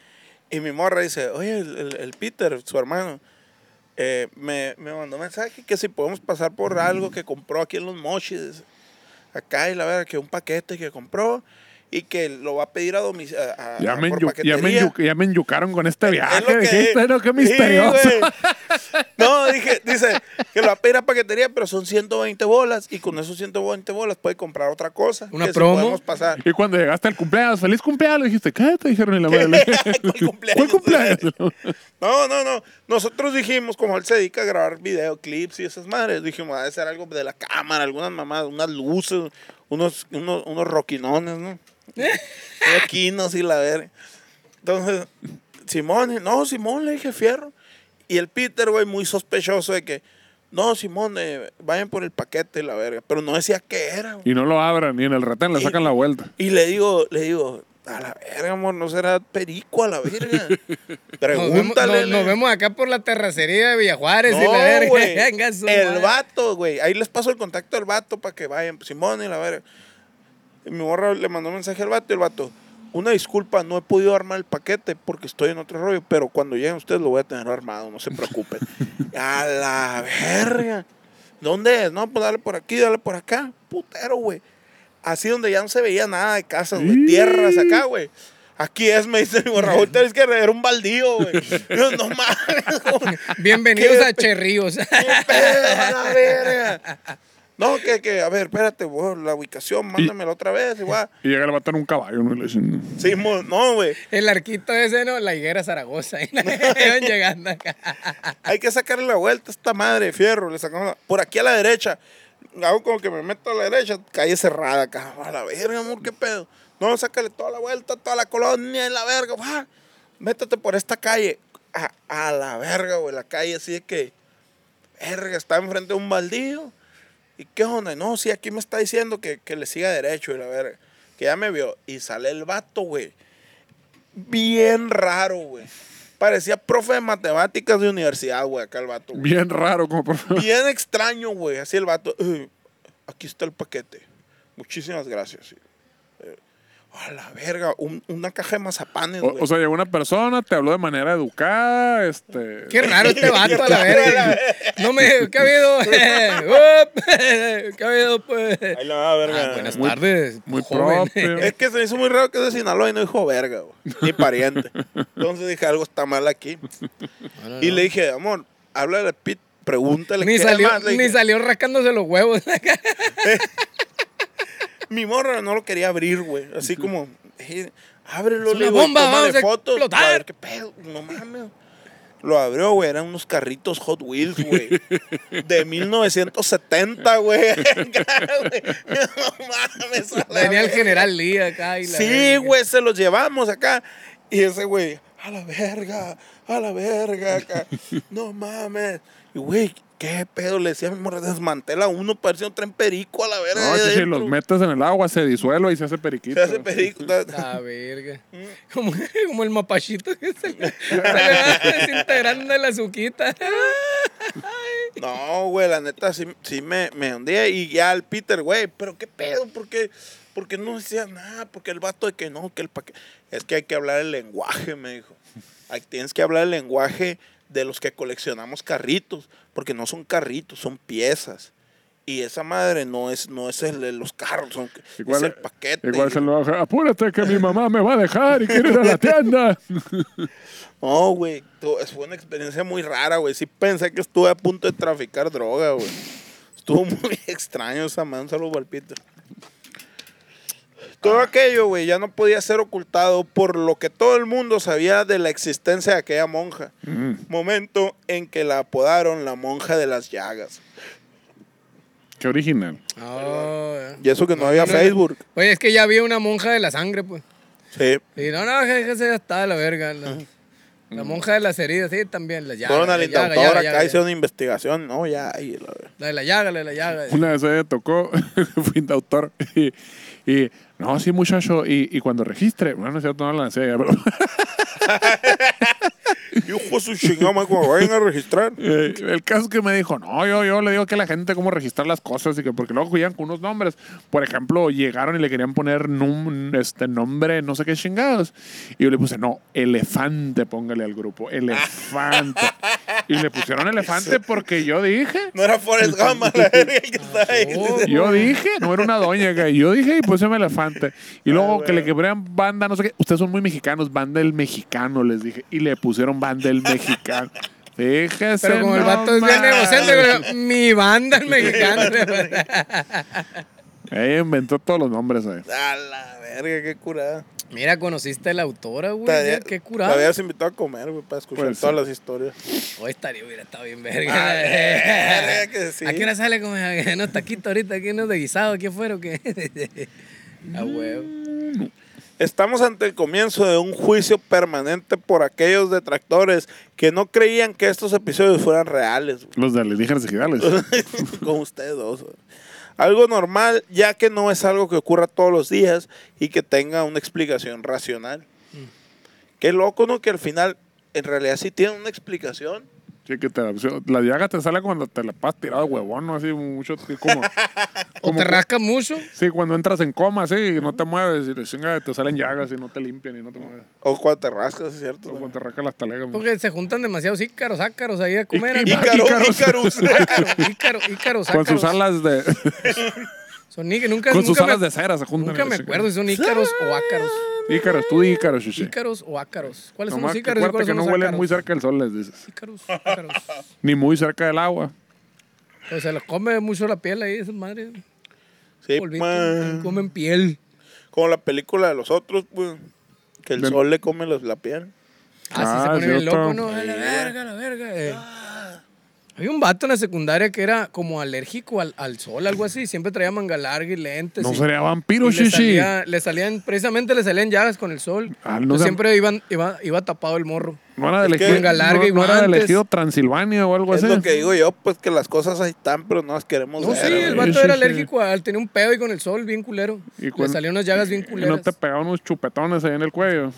Speaker 2: Y mi morra dice, oye, el, el- el Peter, su hermano, eh, me, me mandó mensaje que si podemos pasar por algo que compró aquí en los mochis. Acá, y la verdad, que un paquete que compró y que lo va a pedir a domicilio.
Speaker 1: Ya me, enyu- ya, me enyu- ya me enyucaron con este
Speaker 2: Es
Speaker 1: viaje.
Speaker 2: lo que-
Speaker 1: Dijiste, no, qué
Speaker 2: Sí,
Speaker 1: misterioso.
Speaker 2: güey. no, dije, dice que lo va a pedir a paquetería, pero son 120 bolas y con esos 120 bolas puede comprar otra cosa.
Speaker 3: ¿Una
Speaker 2: que si
Speaker 3: promo?
Speaker 2: podemos pasar.
Speaker 1: y cuando llegaste al cumpleaños, feliz cumpleaños, dijiste, ¿qué te dijeron en la madre?
Speaker 2: ¿Cuál cumpleaños?
Speaker 1: ¿Cuál cumpleaños?
Speaker 2: No, no, no. Nosotros dijimos, como él se dedica a grabar videoclips y esas madres, dijimos, ha de ser algo de la cámara, algunas mamadas, unas luces, unos, unos, unos roquinones, ¿no? Roquinos y la verga. Entonces, Simón, no, Simón, le dije fierro. Y el Peter, güey, muy sospechoso de que, no, Simón, eh, vayan por el paquete y la verga. Pero no decía qué era, güey.
Speaker 1: y no lo abran, ni en el retén le
Speaker 2: Y-
Speaker 1: sacan la vuelta.
Speaker 2: Y le digo, le digo, a la verga, amor, no será perico a la verga.
Speaker 3: Nos vemos,
Speaker 2: Pregúntale.
Speaker 3: nos- nos vemos acá por la terracería de Villajuárez y la
Speaker 2: No,
Speaker 3: verga.
Speaker 2: güey.
Speaker 3: Venga, su
Speaker 2: El
Speaker 3: madre.
Speaker 2: vato, güey. Ahí les paso el contacto del vato para que vayan. Simón y la verga. Y mi morra le mandó un mensaje al vato y el vato. Una disculpa, no he podido armar el paquete porque estoy en otro rollo, pero cuando lleguen ustedes lo voy a tener armado, no se preocupen. a la verga. ¿Dónde es? No, pues dale por aquí, dale por acá. Putero, güey. Así donde ya no se veía nada de casas, güey. Tierras acá, güey. Aquí es, me dice mi morra, ahorita es que era un baldío, güey. Yo, no mames. güey.
Speaker 3: Bienvenidos
Speaker 2: Qué
Speaker 3: a Cherríos.
Speaker 2: ¿Qué pedo, a la verga? No, que, que, a ver, espérate, güey, la ubicación, mándamela otra vez, igual.
Speaker 1: Y llega el vato en un caballo, ¿no? Y le dicen,
Speaker 2: Sí, mo- no, güey.
Speaker 3: El arquito ese, ¿no? La higuera Zaragoza. Iban llegando acá.
Speaker 2: Hay que sacarle la vuelta a esta madre, fierro. Le sacamos la- por aquí a la derecha. Hago como que me meto a la derecha, calle cerrada acá. A la verga, amor, qué pedo. No, sácale toda la vuelta, toda la colonia en la verga, va. Métete por esta calle. A, a la verga, güey, la calle así es que. Verga, está enfrente de un baldío. ¿Y qué onda? No, sí, aquí me está diciendo que, que le siga derecho y la verga. Que ya me vio. Y sale el vato, güey. Bien raro, güey. Parecía profe de matemáticas de universidad, güey, acá el vato. güey.
Speaker 1: Bien raro, como por favor.
Speaker 2: Bien extraño, güey. Así el vato. "Eh, aquí está el paquete. Muchísimas gracias. Eh, a la verga, un- una caja de mazapanes,
Speaker 1: O,
Speaker 2: güey.
Speaker 1: o sea, llegó una persona, te habló de manera educada, este...
Speaker 3: Qué raro este vato a la
Speaker 2: A la
Speaker 3: verga. No me. ¿Qué ha habido? Up. ¿Qué ha habido, pues?
Speaker 2: Ahí la va, verga.
Speaker 3: Ah, buenas tardes.
Speaker 1: muy
Speaker 3: joven.
Speaker 1: propio.
Speaker 2: Es que se me hizo muy raro que es de Sinaloa y no dijo verga, güey. Ni pariente. Entonces dije, algo está mal aquí.
Speaker 3: Bueno,
Speaker 2: Y
Speaker 3: no.
Speaker 2: le dije, amor, háblale a Pete, pregúntale.
Speaker 3: Ni
Speaker 2: qué
Speaker 3: salió,
Speaker 2: más", le
Speaker 3: ni
Speaker 2: dije.
Speaker 3: salió rascándose los huevos.
Speaker 2: Mi morra no lo quería abrir, güey. Así como, eh, ábrelo,
Speaker 3: Es
Speaker 2: le
Speaker 3: una
Speaker 2: digo,
Speaker 3: bomba,
Speaker 2: tómale
Speaker 3: vamos a
Speaker 2: fotos.
Speaker 3: explotar.
Speaker 2: A ver, qué pedo, no mames. Lo abrió, güey, eran unos carritos Hot Wheels, güey. De 1970, güey. Cara, güey. no mames. a la
Speaker 3: Venía el
Speaker 2: verga.
Speaker 3: general Lee acá. Y la
Speaker 2: Sí,
Speaker 3: verga.
Speaker 2: güey, se los llevamos acá. Y ese güey, a la verga, a la verga, acá. no mames. Y güey, ¿Qué pedo? Le decía a mi morra, desmantela uno, parece un tren perico a la verga.
Speaker 1: No,
Speaker 2: ahí
Speaker 1: si
Speaker 2: adentro.
Speaker 1: los metes en el agua, se disuelve y se hace periquito.
Speaker 2: Se hace perico.
Speaker 3: La verga.
Speaker 2: Mm.
Speaker 3: Como, como el mapachito que se le, se le va desintegrando la azuquita.
Speaker 2: No, güey, la neta sí, sí me, me hundía. Y ya el Peter, güey, pero qué pedo, porque porque no decía nada, porque el vato de que no, que el paquete. Es que hay que hablar el lenguaje, me dijo. Hay- tienes que hablar el lenguaje de los que coleccionamos carritos, porque no son carritos, son piezas. Y esa madre no es, no es el de los carros, son, es el paquete.
Speaker 1: Igual se lo baja. Apúrate que mi mamá me va a dejar y quiere ir a la tienda.
Speaker 2: No, güey, tu- es- fue una experiencia muy rara, güey. Sí pensé que estuve a punto de traficar droga, güey. Estuvo muy extraño esa man, saludo al Peter. Todo aquello, güey, ya no podía ser ocultado por lo que todo el mundo sabía de la existencia de aquella monja. Momento en que la apodaron la monja de las llagas.
Speaker 1: Qué original.
Speaker 3: No, eh.
Speaker 2: Y eso que no había
Speaker 3: no, no.
Speaker 2: Facebook.
Speaker 3: Oye, es que ya había una monja de la sangre, pues.
Speaker 2: Sí.
Speaker 3: Y no, no, que- que se ya está la verga. La, la monja de las heridas, sí, también. La llaga.
Speaker 2: Fueron al
Speaker 3: la llaga,
Speaker 2: intentador
Speaker 3: llaga,
Speaker 2: acá,
Speaker 3: llaga.
Speaker 2: hicieron investigación. No, ya, ahí, la verdad.
Speaker 3: La de la llaga, la de la llaga.
Speaker 1: Una vez se tocó, fui de autor. Y, y, no, sí, muchacho. Y, y cuando registre, bueno, no es cierto, no la lancé, pero
Speaker 2: Y ojo a su chingada, madre, cuando vayan a registrar.
Speaker 1: Eh, el caso es que me dijo, no, yo, yo le digo que a la gente cómo registrar las cosas y que porque luego cuidan con unos nombres. Por ejemplo, llegaron y le querían poner num- este nombre, no sé qué chingados. Y yo le puse, no, elefante, póngale al grupo, elefante. y le pusieron elefante porque yo dije,
Speaker 2: No era Forrest Gump, a la verga que está ahí.
Speaker 3: Oh.
Speaker 1: yo dije, no era una doña, que yo dije y puse elefante. Y luego que le quebraron banda, no sé qué, ustedes son muy mexicanos, banda el mexicano, les dije. Y le pusieron banda el mexicano. Fíjese.
Speaker 3: Pero como el vato es bien
Speaker 1: nomás.
Speaker 3: egocéntrico, le- mi banda el mexicano. le-
Speaker 1: Ella inventó todos los nombres, eh.
Speaker 2: A la verga, qué curada.
Speaker 3: Mira, conociste a la autora, güey.
Speaker 2: Te
Speaker 3: mira,
Speaker 2: había-
Speaker 3: Qué
Speaker 2: Te
Speaker 3: curado.
Speaker 2: habías invitado a comer, güey, para escuchar
Speaker 1: Pues sí.
Speaker 2: todas las historias.
Speaker 3: Hoy estaría, hubiera estado bien
Speaker 2: Ah,
Speaker 3: eh, verga.
Speaker 2: verga que sí.
Speaker 3: ¿A qué hora sale con unos taquitos ahorita? ¿Qué unos de guisado? ¿Qué fueron? ¿Qué? A huevo.
Speaker 2: Estamos ante el comienzo de un juicio permanente por aquellos detractores que no creían que estos episodios fueran reales, güey.
Speaker 1: Los de alienígenas ejidales.
Speaker 2: con ustedes dos. güey. Algo normal, ya que no es algo que ocurra todos los días y que tenga una explicación racional. Qué loco, ¿no? Que al final, en realidad sí tiene una explicación.
Speaker 1: Sí, que te la, la llaga te sale cuando te la pasas tirado huevón, ¿no? Así mucho, así como...
Speaker 3: O
Speaker 1: como
Speaker 3: te rasca mucho.
Speaker 1: Sí, cuando entras en coma, sí, y no te mueves, y te, chinga, te salen llagas y no te limpian y no te mueves.
Speaker 2: O cuando te rascas, es cierto.
Speaker 1: O cuando te rascan las talegas.
Speaker 3: Porque se juntan demasiados ícaros, ácaros ahí a comer.
Speaker 1: Y-
Speaker 3: ácaros,
Speaker 2: Ícaro,
Speaker 1: Ícaros.
Speaker 2: Ícaros.
Speaker 3: ícaros, ícaros,
Speaker 1: Con sus
Speaker 3: ácaros.
Speaker 1: alas de...
Speaker 3: Son ícaros. Nunca,
Speaker 1: con
Speaker 3: nunca
Speaker 1: sus
Speaker 3: me-
Speaker 1: alas de cera se juntan.
Speaker 3: Nunca me acuerdo si son ícaros o ácaros.
Speaker 1: Ícaros, tú di ícaros, chichi.
Speaker 3: Ícaros o ácaros. ¿Cuáles son
Speaker 1: Nomás
Speaker 3: los
Speaker 1: que
Speaker 3: ícaros y
Speaker 1: acuérdate
Speaker 3: cuáles
Speaker 1: que
Speaker 3: son
Speaker 1: no
Speaker 3: los
Speaker 1: huelen muy
Speaker 3: ácaros?
Speaker 1: cerca del sol, les dices.
Speaker 3: Ícaros, ácaros.
Speaker 1: Ni muy cerca del agua.
Speaker 3: O sea, les come mucho la piel ahí, esas madres.
Speaker 2: Sí,
Speaker 3: Polvito,
Speaker 2: pa.
Speaker 3: comen piel.
Speaker 2: Como la película de los otros, pues. Que el
Speaker 1: Del-
Speaker 2: sol le come los- la piel.
Speaker 3: Ah, sí, se
Speaker 1: Ah,
Speaker 3: pone bien
Speaker 1: cierto.
Speaker 3: loco, ¿no? A la verga, a la verga. eh. Había un vato en la secundaria que era como alérgico al, al sol, algo así. Siempre traía manga larga y lentes.
Speaker 1: No
Speaker 3: y-
Speaker 1: sería
Speaker 3: y
Speaker 1: vampiro,
Speaker 3: le,
Speaker 1: chichi.
Speaker 3: salía- le salían, precisamente le salían llagas con el sol.
Speaker 1: Ah, no
Speaker 3: Entonces
Speaker 1: sea-
Speaker 3: siempre iban, iba, iba tapado el morro.
Speaker 1: No era de
Speaker 2: Es que-
Speaker 1: elegido,
Speaker 3: Manga larga
Speaker 1: no-
Speaker 3: y
Speaker 1: no era de
Speaker 3: guantes.
Speaker 1: elegido Transilvania o algo
Speaker 2: es
Speaker 1: así.
Speaker 2: lo que digo yo, pues que las cosas ahí están, pero no las queremos
Speaker 3: No,
Speaker 2: ver.
Speaker 3: sí, el
Speaker 1: va-
Speaker 2: güey.
Speaker 3: vato
Speaker 1: sí,
Speaker 3: era
Speaker 1: sí.
Speaker 3: alérgico al, tenía un pedo y con el sol bien culero.
Speaker 1: Y
Speaker 3: le
Speaker 1: cuando-
Speaker 3: salían unas llagas bien
Speaker 1: Y no
Speaker 3: culeras.
Speaker 1: te pegaba unos chupetones ahí en el cuello.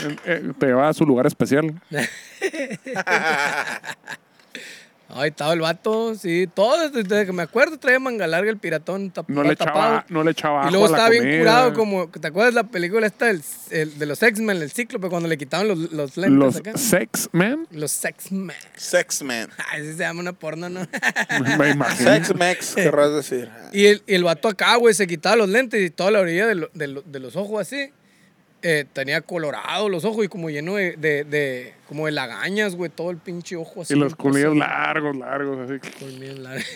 Speaker 1: Eh, eh, te llevaba a su lugar especial.
Speaker 3: Ahí estaba el vato, sí. Todo, desde que me acuerdo, traía manga larga el piratón tap-
Speaker 1: No le
Speaker 3: tapado.
Speaker 1: echaba, no le echaba
Speaker 3: Y
Speaker 1: ajo
Speaker 3: luego
Speaker 1: a la
Speaker 3: estaba bien
Speaker 1: comida.
Speaker 3: curado, como, ¿te acuerdas la película esta del- el- de los X-Men, el ciclo, pero cuando le quitaban los, los lentes
Speaker 1: Los
Speaker 3: acá?
Speaker 1: sex men,
Speaker 3: Los X-Men.
Speaker 2: Sex man.
Speaker 3: Ay, Así se llama una porno, ¿no?
Speaker 1: me imagino.
Speaker 2: Sex mex, querrás decir.
Speaker 3: y, el, y el vato acá, güey, se quitaba los lentes y toda la orilla de, lo- de lo- de los ojos así. eh, tenía colorado los ojos y como lleno de, de, de- como de lagañas, güey, todo el pinche ojo así.
Speaker 1: Y los
Speaker 3: bien
Speaker 1: colillos largos, largos, así.
Speaker 3: pesado, colmillos largos.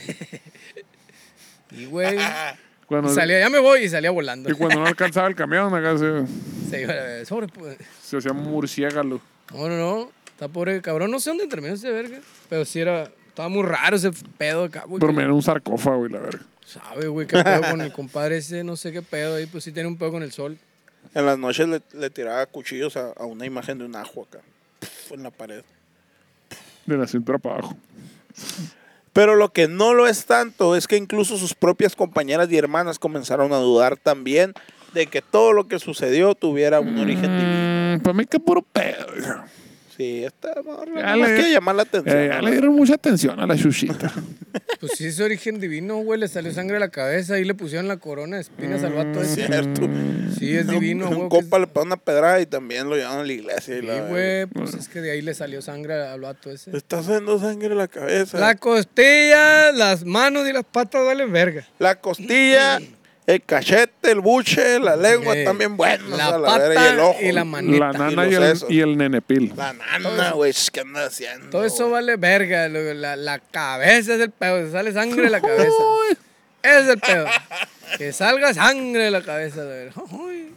Speaker 3: y, güey, y
Speaker 1: Cuando,
Speaker 3: salía, ya me voy y salía volando.
Speaker 1: y cuando no alcanzaba el camión, acá se,
Speaker 3: Se iba a la- sobre, pues.
Speaker 1: se hacía murciégalo.
Speaker 3: No, no, no. Está pobre cabrón. No sé dónde terminó ese verga. Pero sí era. Estaba muy raro ese pedo acá, güey.
Speaker 1: Dormía en un sarcófago y la verga.
Speaker 3: Sabe, güey, qué pedo con el compadre ese, no sé qué pedo ahí, pues sí tiene un pedo con el sol.
Speaker 2: En las noches le, le tiraba cuchillos a, a una imagen de un ajo acá. Pf, En la pared.
Speaker 1: De la cintura para abajo.
Speaker 2: Pero lo que no lo es tanto es que incluso sus propias compañeras y hermanas comenzaron a dudar también de que todo lo que sucedió tuviera un origen
Speaker 1: Mm.
Speaker 2: divino.
Speaker 1: para mí que puro pedo. hija.
Speaker 2: Sí, esta morra
Speaker 1: Ya
Speaker 2: nada
Speaker 1: le-
Speaker 2: más quiere llamar la atención.
Speaker 1: Eh, ya le dieron mucha atención a la chuchita.
Speaker 3: Pues sí, es origen divino, güey. Le salió sangre a la cabeza y le pusieron la corona de espinas al vato
Speaker 2: Es
Speaker 3: ese.
Speaker 2: Mm, cierto.
Speaker 3: Sí, es
Speaker 2: Un-
Speaker 3: divino,
Speaker 2: un
Speaker 3: güey. que es-
Speaker 2: compa le pegó una pedrada y también lo llevaron a la iglesia. Y
Speaker 3: Sí,
Speaker 2: la verga.
Speaker 3: güey. Pues es que de ahí le salió sangre al vato
Speaker 2: Le
Speaker 3: ese.
Speaker 2: está haciendo sangre en la cabeza.
Speaker 3: La
Speaker 2: La,
Speaker 3: costilla, las manos y las patas valen verga.
Speaker 2: costilla, el cachete, el buche, la lengua
Speaker 3: Eh,
Speaker 2: están bien buenos.
Speaker 3: la
Speaker 2: a
Speaker 3: pata
Speaker 2: verga, y el ojo.
Speaker 3: y la
Speaker 1: la
Speaker 3: manita.
Speaker 1: nana y
Speaker 2: Y los
Speaker 1: el,
Speaker 2: sesos.
Speaker 1: y el nenepil.
Speaker 2: La nana, güey. ¿Qué anda haciendo?
Speaker 3: Todo eso
Speaker 2: güey?
Speaker 3: vale verga. lo- La, la cabeza es el pedo. Se sale sangre de la cabeza. Ese es el pedo. Que salga sangre de la cabeza. la verga. Uy.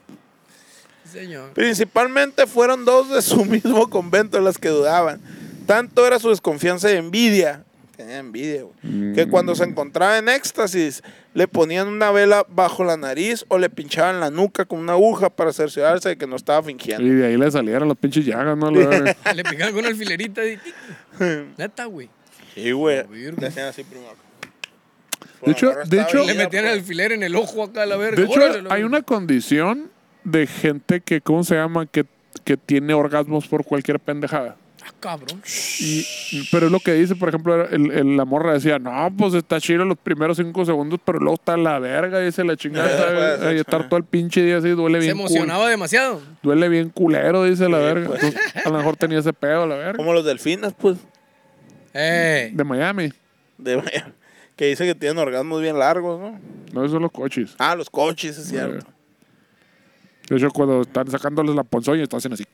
Speaker 3: Señor.
Speaker 2: Principalmente fueron dos de su mismo convento las que dudaban. Tanto era su desconfianza y envidia. Tenía envidia, güey. Que cuando
Speaker 1: Mm.
Speaker 2: se encontraba en éxtasis, le ponían una vela bajo la nariz o le pinchaban la nuca con una aguja para cerciorarse de que no estaba
Speaker 1: Y
Speaker 2: fingiendo.
Speaker 1: de ahí le salieron las pinches llagas, ¿no? La verga.
Speaker 3: Le picaron con una alfilerita y... Neta, güey.
Speaker 2: Sí, güey.
Speaker 3: Virgo.
Speaker 2: Le hacían así primero.
Speaker 1: Oh, De hecho-
Speaker 2: Bueno,
Speaker 1: de
Speaker 2: estaba
Speaker 1: hecho-
Speaker 3: Le
Speaker 2: bien,
Speaker 3: metieron el
Speaker 2: pues.
Speaker 3: alfiler en el ojo acá a la verga.
Speaker 1: De hecho,
Speaker 3: Órale, la
Speaker 1: hay
Speaker 3: verga.
Speaker 1: una condición de gente que, ¿cómo se llama? Que, que tiene orgasmos por cualquier pendejada.
Speaker 3: Ah, cabrón.
Speaker 1: Y, pero es lo que dice, por ejemplo, era el, el- la morra decía, no, pues está chido los primeros cinco segundos, pero luego está la verga, dice la chingada,
Speaker 2: Eh,
Speaker 1: está-
Speaker 2: pues,
Speaker 1: ahí estar todo el pinche día así, duele
Speaker 3: Se
Speaker 1: bien.
Speaker 3: emocionaba demasiado.
Speaker 1: cul- duele bien culero, dice la
Speaker 2: Sí,
Speaker 1: verga.
Speaker 2: pues.
Speaker 1: Entonces, a lo mejor tenía ese pedo, la verga.
Speaker 2: Como los delfines, pues.
Speaker 3: Eh.
Speaker 1: De Miami.
Speaker 2: de- que dice que tienen orgasmos bien largos, ¿no?
Speaker 1: No, esos son los coches.
Speaker 2: Ah, los coches, es cierto.
Speaker 1: De hecho, cuando están sacándoles la ponzoña, están haciendo así.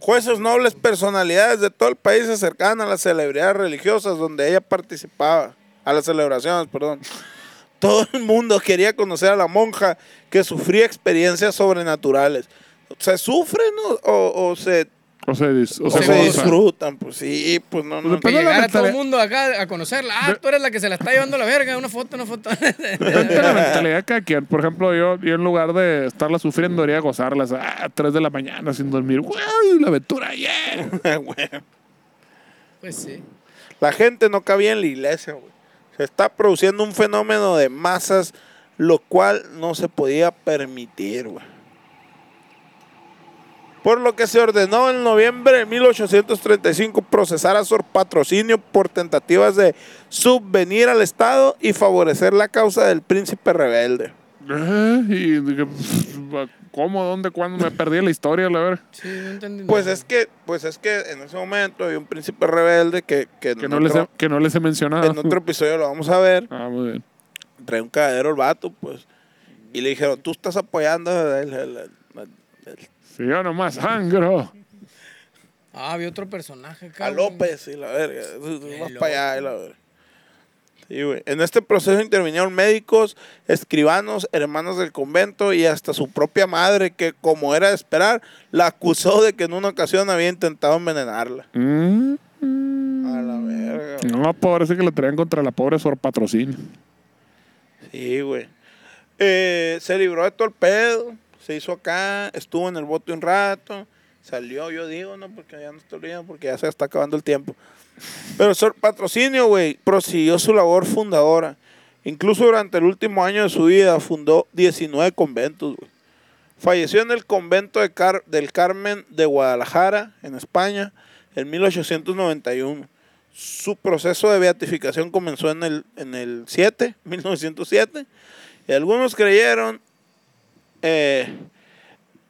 Speaker 2: Jueces nobles, personalidades de todo el país se acercaban a las celebridades religiosas donde ella participaba, a las celebraciones, perdón. Todo el mundo quería conocer a la monja que sufría experiencias sobrenaturales. ¿Se sufren o, o- o se,
Speaker 1: O sea, dis- o
Speaker 2: o
Speaker 1: sea,
Speaker 2: Pues se
Speaker 1: goza.
Speaker 2: disfrutan? Pues sí, pues no, no.
Speaker 3: Que
Speaker 1: Pero la
Speaker 3: llegara todo
Speaker 1: mentalidad-
Speaker 3: el mundo acá a conocerla. Ah, tú eres la que se la está llevando la verga. Una foto, una foto.
Speaker 1: Depende de la mentalidad de cada quien. Por ejemplo, yo, yo en lugar de estarla sufriendo, haría gozarlas ah, a 3 de la mañana sin dormir. ¡Wow! La aventura, yeah.
Speaker 2: güey.
Speaker 3: pues sí.
Speaker 2: La gente no cabía en la iglesia, güey. Se está produciendo un fenómeno de masas, lo cual no se podía permitir, güey. Por lo que se ordenó en noviembre de 1835 procesar a Sor Patrocinio por tentativas de subvenir al Estado y favorecer la causa del príncipe rebelde.
Speaker 1: Ah, Y dije, pff, ¿cómo, dónde, cuándo? Me perdí la historia, la verdad.
Speaker 3: Sí, no entendí.
Speaker 2: Pues
Speaker 3: nada.
Speaker 2: es que, pues es que en ese momento había un príncipe rebelde que, que en
Speaker 1: Que no, les he,
Speaker 2: otro-
Speaker 1: que no les he mencionado.
Speaker 2: en otro episodio lo vamos a ver.
Speaker 1: Ah, muy bien.
Speaker 2: trae un cagadero el vato, pues. Y le dijeron, tú estás apoyando el, el- el- el-
Speaker 1: Si yo nomás sangro.
Speaker 3: Ah, había otro personaje acá.
Speaker 2: a
Speaker 3: güey.
Speaker 2: López y la verga. Tú- tú Vas
Speaker 3: El
Speaker 2: para allá y la verga. Sí, güey. En este proceso intervinieron médicos, escribanos, hermanos del convento y hasta su propia madre, que como era de esperar, la acusó de que en una ocasión había intentado envenenarla.
Speaker 1: Mm,
Speaker 2: A
Speaker 1: mm.
Speaker 2: la verga. güey.
Speaker 1: No, parece que le traían contra la pobre Sor Patrocinio.
Speaker 2: Sí, güey. Eh, se libró de todo el pedo, se hizo acá, estuvo en el bote un rato, salió, yo digo, no, porque ya no estoy leyendo, porque ya se está acabando el tiempo. Pero Sor Patrocinio, güey, prosiguió su labor fundadora. Incluso durante el último año de su vida fundó 19 conventos, güey. Falleció en el convento de Car- del Carmen de Guadalajara, en España, en 1891. Su proceso de beatificación comenzó en el, en el 7, 1907, y algunos creyeron, eh,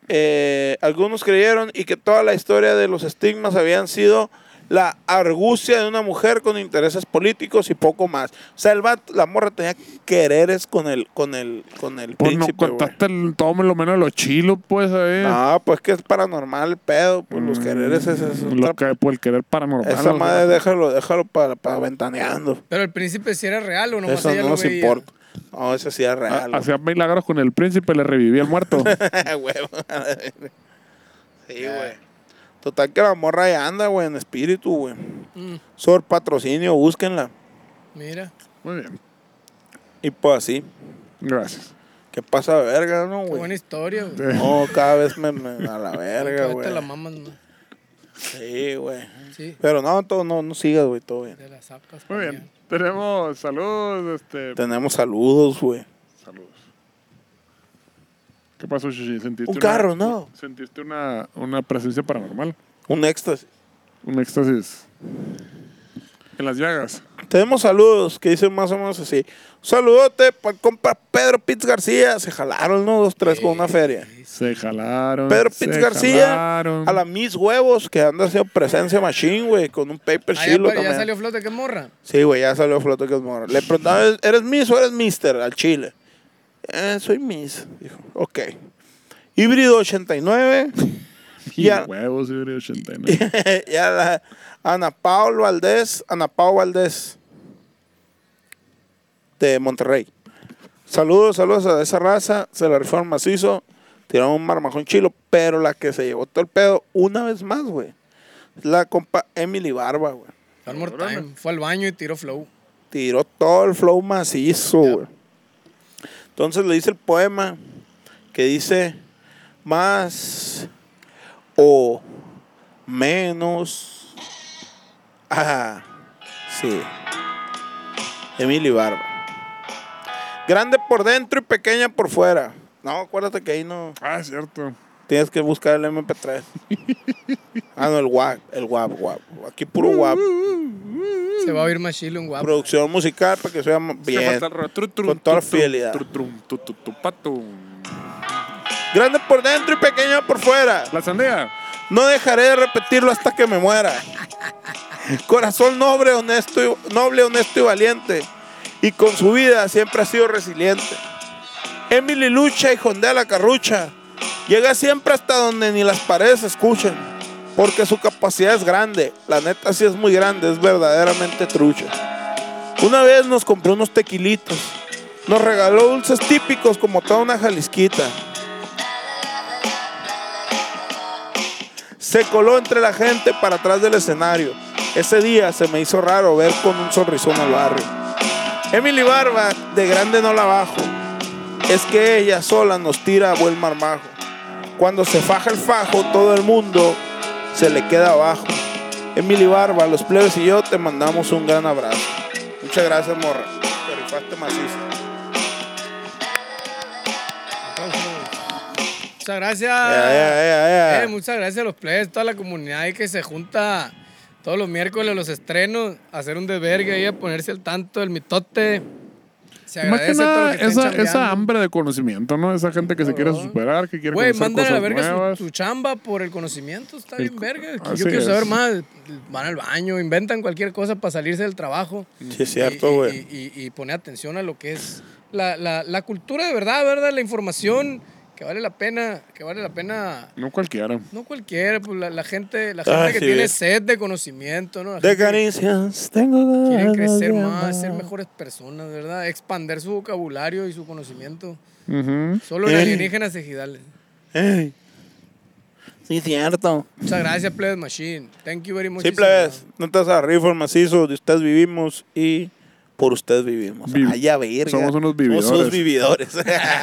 Speaker 2: eh, algunos creyeron y que toda la historia de los estigmas habían sido la argucia de una mujer con intereses políticos y poco más. O sea, el vato- la morra tenía quereres con el, con el, con el
Speaker 1: Pues no
Speaker 2: príncipe, güey.
Speaker 1: contaste el, todo lo menos de los chilos, pues, ahí.
Speaker 2: No, pues que es paranormal el pedo, pues los quereres es, es
Speaker 1: Mm, Lo
Speaker 2: otra-
Speaker 1: que, por el querer paranormal.
Speaker 2: esa
Speaker 1: o sea.
Speaker 2: madre déjalo, déjalo para, para ventaneando.
Speaker 3: Pero el príncipe si era real o nomás
Speaker 2: Eso
Speaker 3: ella
Speaker 2: no
Speaker 3: lo
Speaker 2: nos
Speaker 3: veía.
Speaker 2: importa. No, eso sí es real. Ah,
Speaker 1: Ha- Hacía milagros con el príncipe, le revivía el muerto.
Speaker 2: Huevo. sí,
Speaker 3: Ah.
Speaker 2: güey. Total que la morra ya anda, güey, en espíritu, güey.
Speaker 3: Mm,
Speaker 2: Sor patrocinio, búsquenla.
Speaker 3: mira.
Speaker 1: Muy bien.
Speaker 2: Y pues así.
Speaker 1: Gracias.
Speaker 2: ¿Qué pasa, de verga, no,
Speaker 3: Qué buena
Speaker 2: güey?
Speaker 3: historia, güey.
Speaker 2: No, cada vez me, me- a la verga,
Speaker 3: Cada vez
Speaker 2: güey.
Speaker 3: te la mamas más.
Speaker 2: Sí, güey.
Speaker 3: Sí,
Speaker 2: Pero no, todo, no, no sigas, güey, todo bien.
Speaker 3: de las zapas.
Speaker 1: Muy bien. Tenemos saludos, este.
Speaker 2: Tenemos saludos, güey.
Speaker 1: Saludos. ¿Qué pasó, Shishi? ¿Sentiste
Speaker 2: Un
Speaker 1: una-
Speaker 2: carro, ¿no?
Speaker 1: ¿Sentiste una, una presencia paranormal?
Speaker 2: Un éxtasis.
Speaker 1: Un éxtasis. En las llagas.
Speaker 2: Tenemos saludos que dicen más o menos así. Un saludote para el compa Pedro Pitts García. Se jalaron, ¿no? Dos, tres con una feria.
Speaker 1: Se jalaron.
Speaker 2: Pedro
Speaker 1: se
Speaker 2: Pitts García
Speaker 1: jalaron.
Speaker 2: a la Miss Huevos que anda haciendo presencia machine, güey, con un paper
Speaker 3: Ah, ya,
Speaker 2: chilo
Speaker 3: pa- ya
Speaker 2: también.
Speaker 3: salió flote, qué morra.
Speaker 2: Sí, güey, ya salió flote que es morro. Le preguntaron, ¿eres Miss o eres Mister al Chile? Eh, soy Miss, dijo. Ok. Híbrido 89.
Speaker 1: Y
Speaker 2: ya-
Speaker 1: huevos, yo creo, 89.
Speaker 2: y a la Ana Paula Valdés, Ana Paula Valdés de Monterrey. Saludos, saludos a esa raza, se la rifaron macizo, tiraron un marmajón chilo, pero la que se llevó todo el pedo una vez más, güey. La compa Emily Barba, güey.
Speaker 3: One more time. Fue al baño y tiró flow.
Speaker 2: Tiró todo el flow macizo, güey. Entonces le dice el poema que dice más o menos. Ah, sí. Emily Barba. Grande por dentro y pequeña por fuera. No, acuérdate que ahí no.
Speaker 1: ah, es cierto.
Speaker 2: Tienes que buscar el MP3. ah, no, el WAP, el WAP, WAP. Aquí puro WAP.
Speaker 1: Mm.
Speaker 2: Mm.
Speaker 3: Se va a oír más chilo un guapo.
Speaker 2: Producción musical para que sea
Speaker 1: Es que
Speaker 2: bien.
Speaker 1: falta el ro- tru- tru-
Speaker 2: Con toda la
Speaker 1: tru-
Speaker 2: fidelidad.
Speaker 1: tru- tru- tu- tu- tu- pato.
Speaker 2: Grande por dentro y pequeño por fuera.
Speaker 1: La sandía.
Speaker 2: No dejaré de repetirlo hasta que me muera. Corazón noble, honesto y, noble, honesto y valiente. Y con su vida siempre ha sido resiliente. Emily lucha y jondea la carrucha. Llega siempre hasta donde ni las paredes se escuchan. Porque su capacidad es grande. La neta sí es muy grande, es verdaderamente trucha. Una vez nos compró unos tequilitos. Nos regaló dulces típicos como toda una jalisquita. Se coló entre la gente para atrás del escenario. Ese día se me hizo raro ver con un sonrisón al barrio. Emily Barba, de grande no la bajo. Es que ella sola nos tira a buen marmajo. Cuando se faja el fajo, todo el mundo se le queda abajo. Emily Barba, los plebes y yo te mandamos un gran abrazo. Muchas gracias, morra. Te rifaste macizo.
Speaker 3: Muchas gracias.
Speaker 2: Ya, ya, ya, ya.
Speaker 3: Eh, muchas gracias a los players, toda la comunidad ahí que se junta todos los miércoles los estrenos, a hacer un desvergue ahí, a ponerse al tanto del mitote. Se
Speaker 1: Más que
Speaker 3: agradece a todos
Speaker 1: nada,
Speaker 3: los estén
Speaker 1: esa,
Speaker 3: chambeando.
Speaker 1: esa hambre de conocimiento, ¿no? Esa gente que se quiere superar, que quiere
Speaker 3: Güey,
Speaker 1: conocer
Speaker 3: mándale a la
Speaker 1: cosas
Speaker 3: verga su-
Speaker 1: nuevas.
Speaker 3: su, chamba por el conocimiento, está bien verga. que
Speaker 1: así
Speaker 3: Yo quiero saber
Speaker 1: es.
Speaker 3: más. Van al baño, inventan cualquier cosa para salirse del trabajo.
Speaker 2: Sí, es cierto,
Speaker 3: Y- y-
Speaker 2: güey.
Speaker 3: Y, y- y poner atención a lo que es la, la- la cultura de verdad, ¿verdad? La información que vale la pena, que vale la pena.
Speaker 1: No cualquiera.
Speaker 3: No cualquiera, pues la, la gente, la
Speaker 2: Ah,
Speaker 3: gente que
Speaker 2: sí,
Speaker 3: tiene
Speaker 2: bien.
Speaker 3: sed de conocimiento, ¿no? La
Speaker 2: De
Speaker 3: gente que
Speaker 2: caricias tengo
Speaker 3: quiere
Speaker 2: ganas
Speaker 3: crecer
Speaker 2: de
Speaker 3: más, ser
Speaker 2: amar.
Speaker 3: mejores personas, ¿verdad? Expander su vocabulario y su conocimiento.
Speaker 1: Ujú.
Speaker 3: Solo en
Speaker 2: Eh.
Speaker 3: alienígenas ejidales.
Speaker 2: Ey. Sí, cierto.
Speaker 3: Muchas gracias, Plebes Machine. Thank you very much.
Speaker 2: Sí, plebes, no te hagas rifle macizo, de ustedes vivimos y por ustedes vivimos.
Speaker 1: Vi-
Speaker 2: Ay, ya verga.
Speaker 1: somos unos
Speaker 2: Somos unos
Speaker 1: vividores.
Speaker 2: vividores.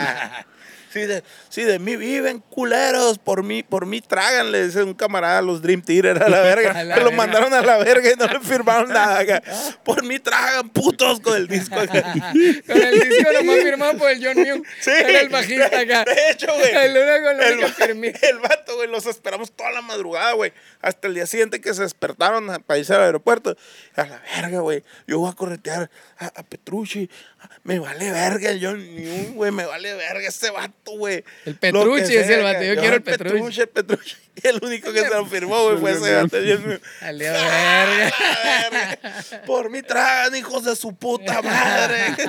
Speaker 2: si, de, sí, de mí viven culeros, por mí, por mí tráganle, dice un camarada a los Dream Theater a la verga.
Speaker 3: A la
Speaker 2: que lo
Speaker 3: verga.
Speaker 2: mandaron a la verga y no le firmaron nada. acá. Por mí tragan putos con el disco.
Speaker 3: Con el disco nomás firmado por el John New.
Speaker 2: Sí.
Speaker 3: Era el bajista acá.
Speaker 2: De hecho, güey.
Speaker 3: El único, el único
Speaker 2: va-
Speaker 3: firmí.
Speaker 2: el vato, güey, los esperamos toda la madrugada, güey. Hasta el día siguiente que se despertaron a- para irse al aeropuerto. A la verga, güey. Yo voy a corretear a, a Petrucci. Me vale verga, yo ni un, güey. Me vale verga ese vato, güey. Lo que
Speaker 3: El Petrucci,
Speaker 2: sea,
Speaker 3: decía el vato, yo quiero el Petrucci.
Speaker 2: El Petrucci. El único que se lo firmó, güey, fue ese vato. Yo ni-
Speaker 3: Dale, verga.
Speaker 2: A la verga. Por mí tragan, hijos de su puta madre.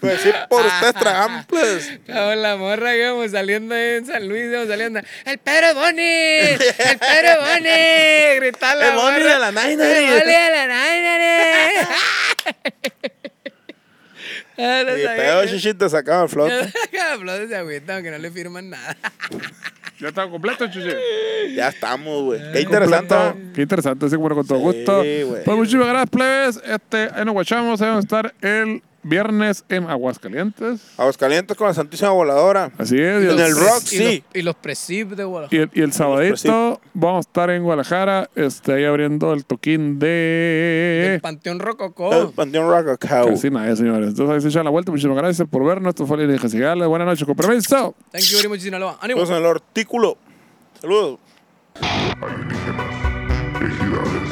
Speaker 2: pues sí, por ustedes tragan, pues.
Speaker 3: Con la morra que íbamos saliendo ahí en San Luis, íbamos saliendo. ¡El Pedro Boni! ¡El Pedro Boni! Gritaba la
Speaker 2: El Boni
Speaker 3: morra,
Speaker 2: de la Nainari.
Speaker 3: ¡El Boni de la Nainari! Ah, no
Speaker 2: Ni
Speaker 3: sabía
Speaker 2: pedo,
Speaker 3: que-
Speaker 2: Shishi, te sacaba el flote.
Speaker 3: Aplausos de agüita, aunque no le firman nada.
Speaker 1: Ya está completo, chiche.
Speaker 2: Ya estamos, güey. Qué interesante. ¿no?
Speaker 1: Qué interesante, así que bueno, con todo gusto.
Speaker 2: güey.
Speaker 1: Pues muchísimas gracias, plebes. Este, ahí nos guachamos, ahí vamos a estar el viernes en Aguascalientes.
Speaker 2: Aguascalientes con la Santísima Voladora.
Speaker 1: Así es. y
Speaker 2: En el Rock,
Speaker 3: Y
Speaker 2: sí.
Speaker 3: los- Y los Presip de Guadalajara.
Speaker 1: Y el, y el sabadito
Speaker 2: Expresivo.
Speaker 1: vamos a estar en Guadalajara, este, ahí abriendo el toquín de...
Speaker 3: El Panteón
Speaker 2: El
Speaker 3: Rococó.
Speaker 2: Panteón Rock Cow.
Speaker 1: Casi nada, señores. Entonces ahí se echan la vuelta. Muchísimas gracias por vernos. Esto fue Lili Cigales. Buenas noches, con permiso.
Speaker 3: Thank you very much, Sinaloa. Ánimo.
Speaker 2: Vamos en el artículo. Saludos.
Speaker 4: alienígenas, ejidales.